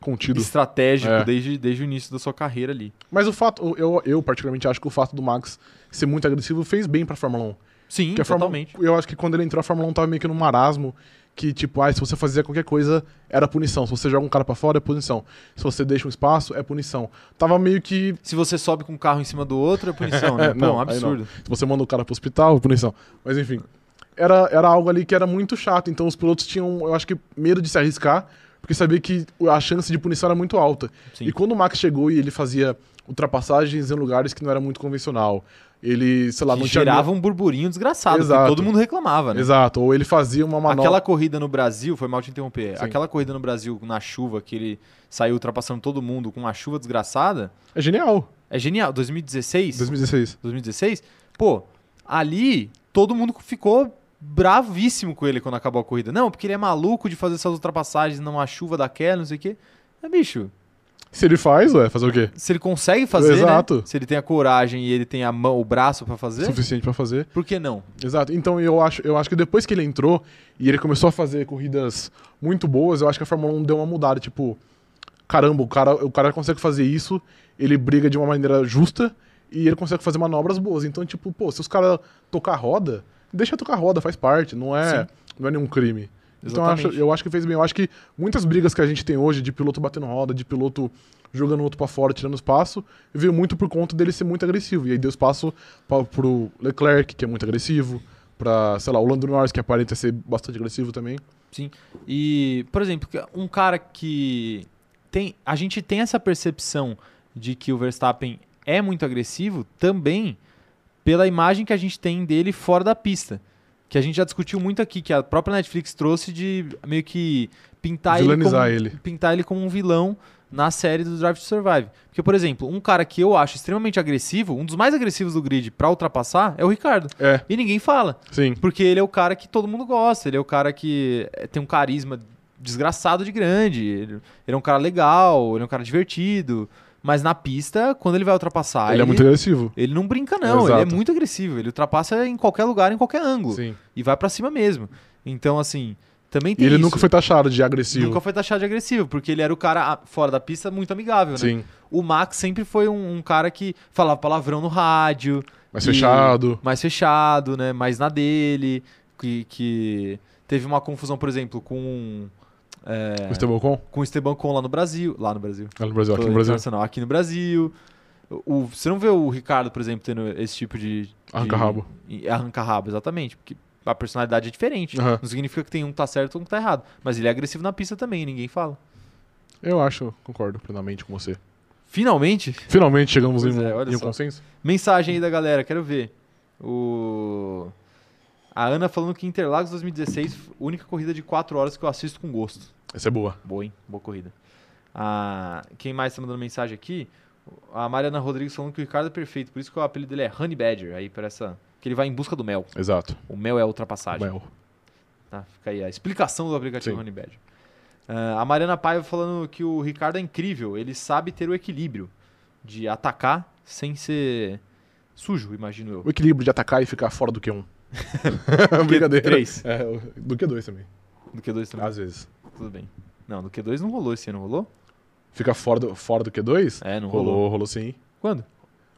Contido. estratégico É. desde, desde o início da sua carreira ali. Mas o fato, eu, eu particularmente acho que o fato do Max ser muito agressivo fez bem pra Fórmula 1. Sim, Porque a Fórmula- um totalmente. eu acho que quando ele entrou, a Fórmula 1 tava meio que num marasmo. Que, tipo, ah, se você fazia qualquer coisa, era punição. Se você joga um cara pra fora, é punição. Se você deixa um espaço, é punição. Tava meio que Se você sobe com um carro em cima do outro, é punição, né? Pô, Não, um aí não. absurdo. Se você manda o cara pro hospital, punição. Mas enfim. Era, era algo ali que era muito chato. Então os pilotos tinham, eu acho que, medo de se arriscar, porque sabia que a chance de punição era muito alta. Sim. E quando o Max chegou e ele fazia ultrapassagens em lugares que não era muito convencional, ele, sei lá, Que não tinha. gerava um burburinho desgraçado, porque Exato. todo mundo reclamava, né? Exato. Ou ele fazia uma manobra. Aquela corrida no Brasil, foi mal te interromper, Sim. aquela corrida no Brasil na chuva, que ele saiu ultrapassando todo mundo com uma chuva desgraçada, É genial. é genial. 2016? 2016. 2016? Pô, ali todo mundo ficou bravíssimo com ele quando acabou a corrida. Não, porque ele é maluco de fazer essas ultrapassagens numa chuva daquela, não sei o quê. Mas, bicho, Se ele faz, ué, fazer o quê? se ele consegue fazer, né? Exato. Se ele tem a coragem e ele tem a mão, o braço pra fazer, Suficiente pra fazer. por que não? Exato. Então eu acho, eu acho que depois que ele entrou e ele começou a fazer corridas muito boas, eu acho que a Fórmula 1 deu uma mudada, tipo, caramba, o cara, o cara consegue fazer isso, ele briga de uma maneira justa e ele consegue fazer manobras boas. Então, tipo, pô, se os caras tocar a roda, deixa tocar a roda, faz parte, não é, não é nenhum crime. Então eu acho, Exatamente. eu acho que fez bem. Eu acho que muitas brigas que a gente tem hoje de piloto batendo roda, de piloto jogando o outro pra fora, tirando espaço, veio muito por conta dele ser muito agressivo. E aí deu espaço pra, pro Leclerc, que é muito agressivo, pra, sei lá, o Lando Norris, que aparenta ser bastante agressivo também. E, por exemplo, um cara que tem, a gente tem essa percepção de que o Verstappen é muito agressivo também pela imagem que a gente tem dele fora da pista. que a gente já discutiu muito aqui, que a própria Netflix trouxe de meio que pintar ele, como, Vilanizar ele. pintar ele como um vilão na série do Drive to Survive. Porque, por exemplo, um cara que eu acho extremamente agressivo, um dos mais agressivos do grid pra ultrapassar é o Ricardo. É, E ninguém fala. sim. Porque ele é o cara que todo mundo gosta, ele é o cara que eh, tem um carisma desgraçado de grande, ele, ele é um cara legal, ele é um cara divertido, mas na pista, quando ele vai ultrapassar, ele é muito agressivo. ele não brinca não, Exato. ele é muito agressivo, ele ultrapassa em qualquer lugar, em qualquer ângulo, Sim. e vai pra cima mesmo. Então, assim, também E tem ele isso. nunca foi taxado de agressivo. Nunca foi taxado de agressivo, porque ele era o cara ah, fora da pista muito amigável, né? Sim. O Max sempre foi um, um cara que falava palavrão no rádio, Mas E- fechado. mais fechado, né? Mais na dele, que, que teve uma confusão, por exemplo, com é, O Esteban Ocon? com o Esteban Con lá no Brasil, lá no Brasil, Lá no Brasil, aqui Tô no Brasil. internacional, aqui no Brasil. O- você não vê o Ricardo, por exemplo, tendo esse tipo de de- Arranca-rabo. e- Arranca-rabo, exatamente, porque a personalidade é diferente. Aham. Não significa que tem um que tá certo e um que tá errado, mas ele é agressivo na pista também, ninguém fala. Eu acho, concordo plenamente com você. Finalmente, Finalmente chegamos em Pois um, é, olha em um só. consenso. mensagem aí da galera, quero ver. O... A Ana falando que Interlagos 2016, única corrida de 4 horas que eu assisto com gosto. Essa é boa. Boa, hein? Boa corrida. Ah, quem mais tá mandando mensagem aqui? A Mariana Rodrigues falando que o Ricardo é perfeito, por isso que o apelido dele é Honey Badger, aí para essa. Que ele vai em busca do mel. Exato. O mel é a ultrapassagem. Mel. Tá, fica aí a explicação do aplicativo Sim. Honey Badger. Ah, a Mariana Paiva falando que o Ricardo é incrível, ele sabe ter o equilíbrio de atacar sem ser sujo, imagino eu. O equilíbrio de atacar e ficar fora do Q1. Brincadeira. três. É, o- do Q2 também. No Q2 também, Às vezes. tudo bem. Não, no Q2 não rolou esse ano, rolou? Ficar fora do, fora do Q2? É, não rolou. rolou, rolou sim. Quando?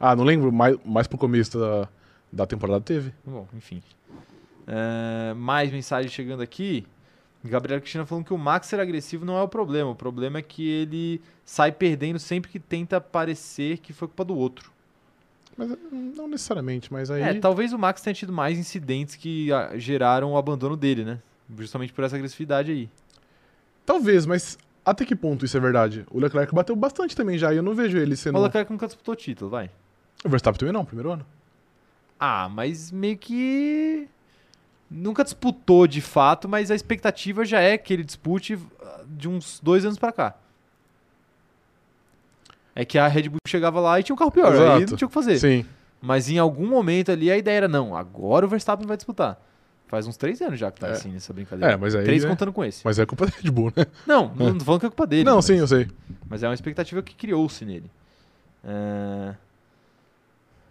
Ah, não lembro, mais, mais pro começo da, da temporada teve. Bom, enfim. É, mais mensagem chegando aqui. Gabriela Cristina falando que o Max ser agressivo não é o problema. O problema é que ele sai perdendo sempre que tenta parecer que foi culpa do outro. Mas eh, não necessariamente, mas aí. É, talvez o Max tenha tido mais incidentes que ah, geraram o abandono dele, né? Justamente por essa agressividade aí. Talvez, mas até que ponto isso é verdade? O Leclerc bateu bastante também já, e eu não vejo ele sendo. O Leclerc nunca disputou título, vai. O Verstappen também não, primeiro ano. Ah, mas meio que. Nunca disputou de fato, mas a expectativa já é que ele dispute ah, de uns dois anos pra cá. É que a Red Bull chegava lá e tinha um carro pior, aí Exato. não tinha o que fazer. Sim. Mas em algum momento ali a ideia era: não, agora o Verstappen vai disputar. Faz uns três anos já que tá É. assim nessa brincadeira. É, mas aí. três é- contando com esse. Mas é culpa da Red Bull, né? Não, não tô falando que é culpa dele. não, mas- sim, eu sei. mas é uma expectativa que criou-se nele. É,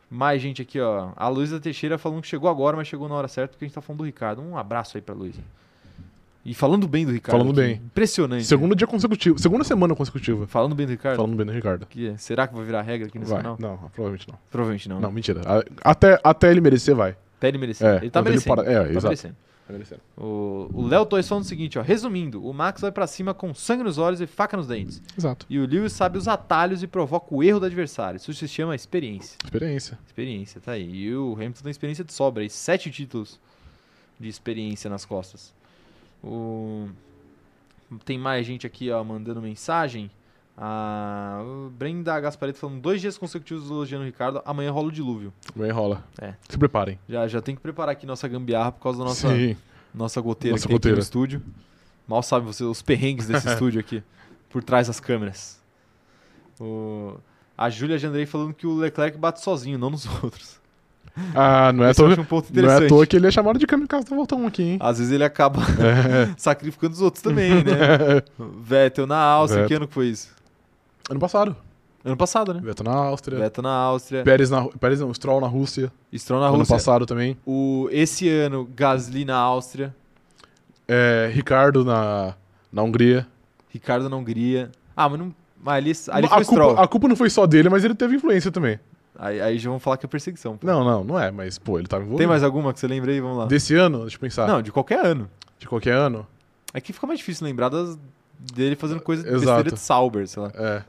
Mais gente aqui, ó. A Luísa Teixeira falando que chegou agora, mas chegou na hora certa, porque a gente tá falando do Ricardo. Um abraço aí pra Luísa. E falando bem do Ricardo. Falando aqui. bem. Impressionante. Segundo dia consecutivo. Segunda semana consecutiva. Falando bem do é. Ricardo. Falando bem do Ricardo. Que- será que vai virar regra aqui nesse Vai. canal? Não, ah, provavelmente não. Provavelmente não. né? Não, mentira. A- Até, até ele merecer, vai. Até ele merecer. É, ele tá quando ele merecendo. para- é, tá exato. merecendo. Vai merecer. O o Léo Toys falando o seguinte, ó. Resumindo, o Max vai pra cima com sangue nos olhos e faca nos dentes. Exato. E o Lewis sabe os atalhos e provoca o erro do adversário. Isso se chama experiência. Experiência. Experiência, tá aí. E o Hamilton tem experiência de sobra aí. Sete títulos de experiência nas costas. O- Tem mais gente aqui, ó, mandando mensagem. A o Brenda Gaspareto falando dois dias consecutivos elogiando o Ricardo. Amanhã rola o dilúvio. Bem rola. É. Se preparem. Já, já tem que preparar aqui nossa gambiarra por causa da nossa, Sim. nossa goteira Nossa que tem aqui no goteira. estúdio. Mal sabem vocês os perrengues desse estúdio aqui, por trás das câmeras. O- A Júlia Jandrei falando que o Leclerc bate sozinho, não nos outros. Ah, não é, à Esse eu toa, acho um ponto não é à interessante. Ah. toa que ele é chamado de kamikaze da Volta 1 aqui, hein? Às vezes ele acaba É. sacrificando os outros também, né? Vettel na Áustria, que ano que foi isso? Ano passado. Ano passado, né? Vettel na Áustria. Vettel na Áustria, Pérez, na, Pérez não, Stroll na Rússia. Stroll na Ano Rússia. passado também. O, esse ano, Gasly na Áustria, É, Ricardo na, na Hungria. Ricardo na Hungria. Ah, mas, não, mas ali, ali a, foi o Stroll. culpa, a culpa não foi só dele, mas ele teve influência também. Aí, aí já vão falar que é perseguição. pô. Não, não, não é, mas pô, ele tava envolvido. Tem mais alguma que você lembra aí? Vamos lá. Desse ano, deixa eu pensar. Não, de qualquer ano. De qualquer ano. É que fica mais difícil lembrar das- dele fazendo coisa Exato. besteira de Sauber, sei lá. É.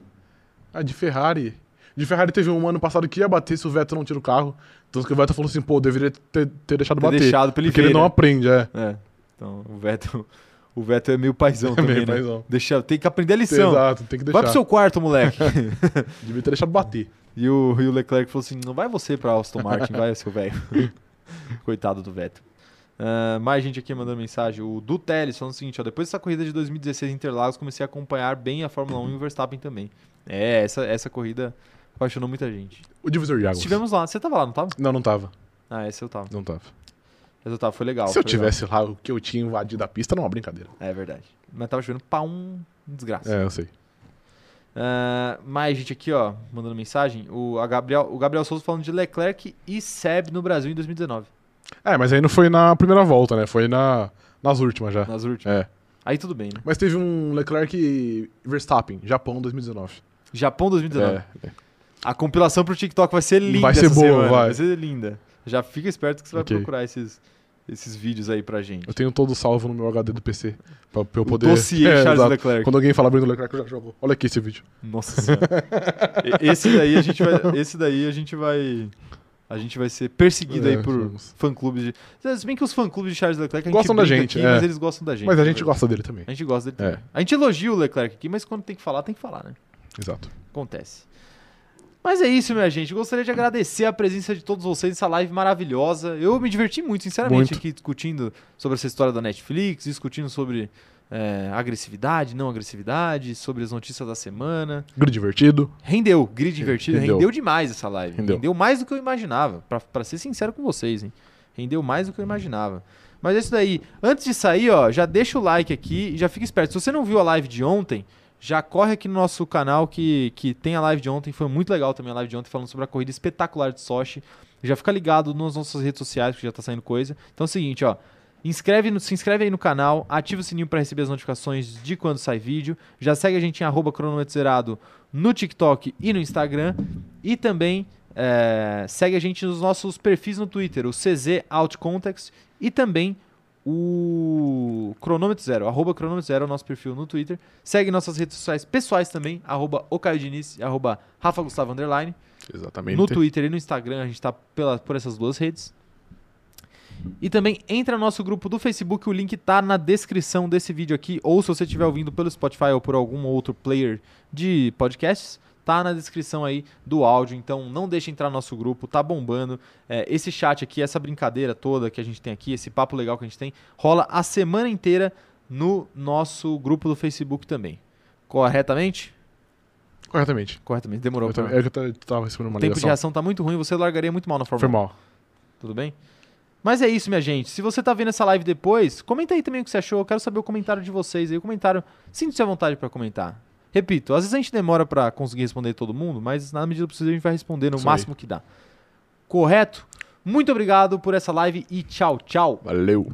Ah, de Ferrari. De Ferrari teve um ano passado que ia bater se o Vettel não tira o carro. Então que o Vettel falou assim, pô, eu deveria ter, ter deixado Ter bater. deixado pra ele porque ver, ele não né? aprende, é. É. Então, o Vettel, o Vettel é meio paizão É também, meio né? paizão. Deixa, tem que aprender a lição. Exato, tem que deixar. Vai pro seu quarto, moleque. Devia ter deixado bater. E o, e o Leclerc falou assim: não vai você pra Aston Martin, vai, seu velho. Coitado do Vettel. Ah, Ah, mais gente aqui mandando mensagem. O Du Teles falando o seguinte: ó, depois dessa corrida de 2016 em Interlagos, comecei a acompanhar bem a Fórmula 1 e o Verstappen também. É, essa, essa corrida apaixonou muita gente. O divisor de águas. Estivemos lá. Você tava lá, não tava? Não, não tava. Ah, essa eu tava. Não tava. Essa eu tava, foi legal. Se eu Ah, foi legal. tivesse lá o que eu tinha invadido a pista, não é uma brincadeira. É verdade. Mas tava chovendo pra um desgraça. É, eu sei. Ah, mais gente aqui, ó, mandando mensagem. O, a Gabriel, o Gabriel Souza falando de Leclerc e Seb no Brasil em 2019, É, mas aí não foi na primeira volta, né? Foi na, nas últimas já. nas últimas. É. Aí tudo bem, né? Mas teve um Leclerc e Verstappen, Japão 2019. Japão 2019. É, é. A compilação pro TikTok vai ser linda Vai ser essa boa, semana. vai. ser linda. Já fica esperto que você vai Ok. procurar esses, esses vídeos aí pra gente. Eu tenho todo salvo no meu HD do PC. Pra, pra eu poder. O dossiê É, Charles exato. Leclerc. Quando alguém fala Bruno Leclerc, eu já jogo. Olha aqui esse vídeo. Nossa senhora. E- esse daí a gente vai, esse daí a gente vai a gente vai ser perseguido É, aí por vamos. fã-clubes de Se bem que os fã-clubes de Charles Leclerc a gente Gostam da brinca gente, aqui, é. mas eles gostam da gente. Mas a na gente verdade. gosta dele também. A gente gosta dele É. também. A gente elogia o Leclerc aqui, mas quando tem que falar, tem que falar, né? Exato. Acontece. Mas é isso, minha gente. Gostaria de agradecer a presença de todos vocês nessa live maravilhosa. Eu me diverti muito, sinceramente, Muito. aqui discutindo sobre essa história da Netflix, discutindo sobre é, agressividade, não agressividade, sobre as notícias da semana. Grid divertido. Rendeu, grid divertido. Rendeu, Rendeu. demais essa live. Rendeu, Rendeu. mais do que eu imaginava, pra, pra ser sincero com vocês, hein? Rendeu mais do que eu imaginava. Mas é isso daí. Antes de sair, ó, já deixa o like aqui e já fica esperto. Se você não viu a live de ontem, já corre aqui no nosso canal que, que tem a live de ontem. Foi muito legal também a live de ontem, falando sobre a corrida espetacular de Sochi. Já fica ligado nas nossas redes sociais, que já tá saindo coisa. Então é o seguinte, ó. Inscreve no- se inscreve aí no canal, ativa o sininho para receber as notificações de quando sai vídeo. Já segue a gente em arroba cronômetro zerado no TikTok e no Instagram. E também é, segue a gente nos nossos perfis no Twitter, o CZ Out Context e também o Cronômetro Zero, arroba Cronômetro Zero é o nosso perfil no Twitter. Segue nossas redes sociais pessoais também, arroba o Caio Diniz, e arroba Rafa Gustavo Underline. Exatamente. No Twitter e no Instagram, a gente tá pela, por essas duas redes. E também entra no nosso grupo do Facebook, o link tá na descrição desse vídeo aqui, ou se você estiver ouvindo pelo Spotify ou por algum outro player de podcasts, tá na descrição aí do áudio, então não deixe entrar no nosso grupo, tá bombando. É, esse chat aqui, essa brincadeira toda que a gente tem aqui, esse papo legal que a gente tem, rola a semana inteira no nosso grupo do Facebook também. Corretamente? Corretamente. Corretamente, demorou. Eu, também, pra- é que eu ta- tava recebendo uma O tempo de ligação. reação tá muito ruim, você largaria muito mal na Fórmula Foi 1. mal. Tudo bem? Mas é isso, minha gente. Se você tá vendo essa live depois, comenta aí também o que você achou. Eu quero saber o comentário de vocês aí. O comentário, sinta-se à vontade para comentar. Repito, às vezes a gente demora para conseguir responder todo mundo, mas na medida do possível a gente vai responder no Isso aí. máximo que dá. Correto? Muito obrigado por essa live e tchau, tchau. Valeu.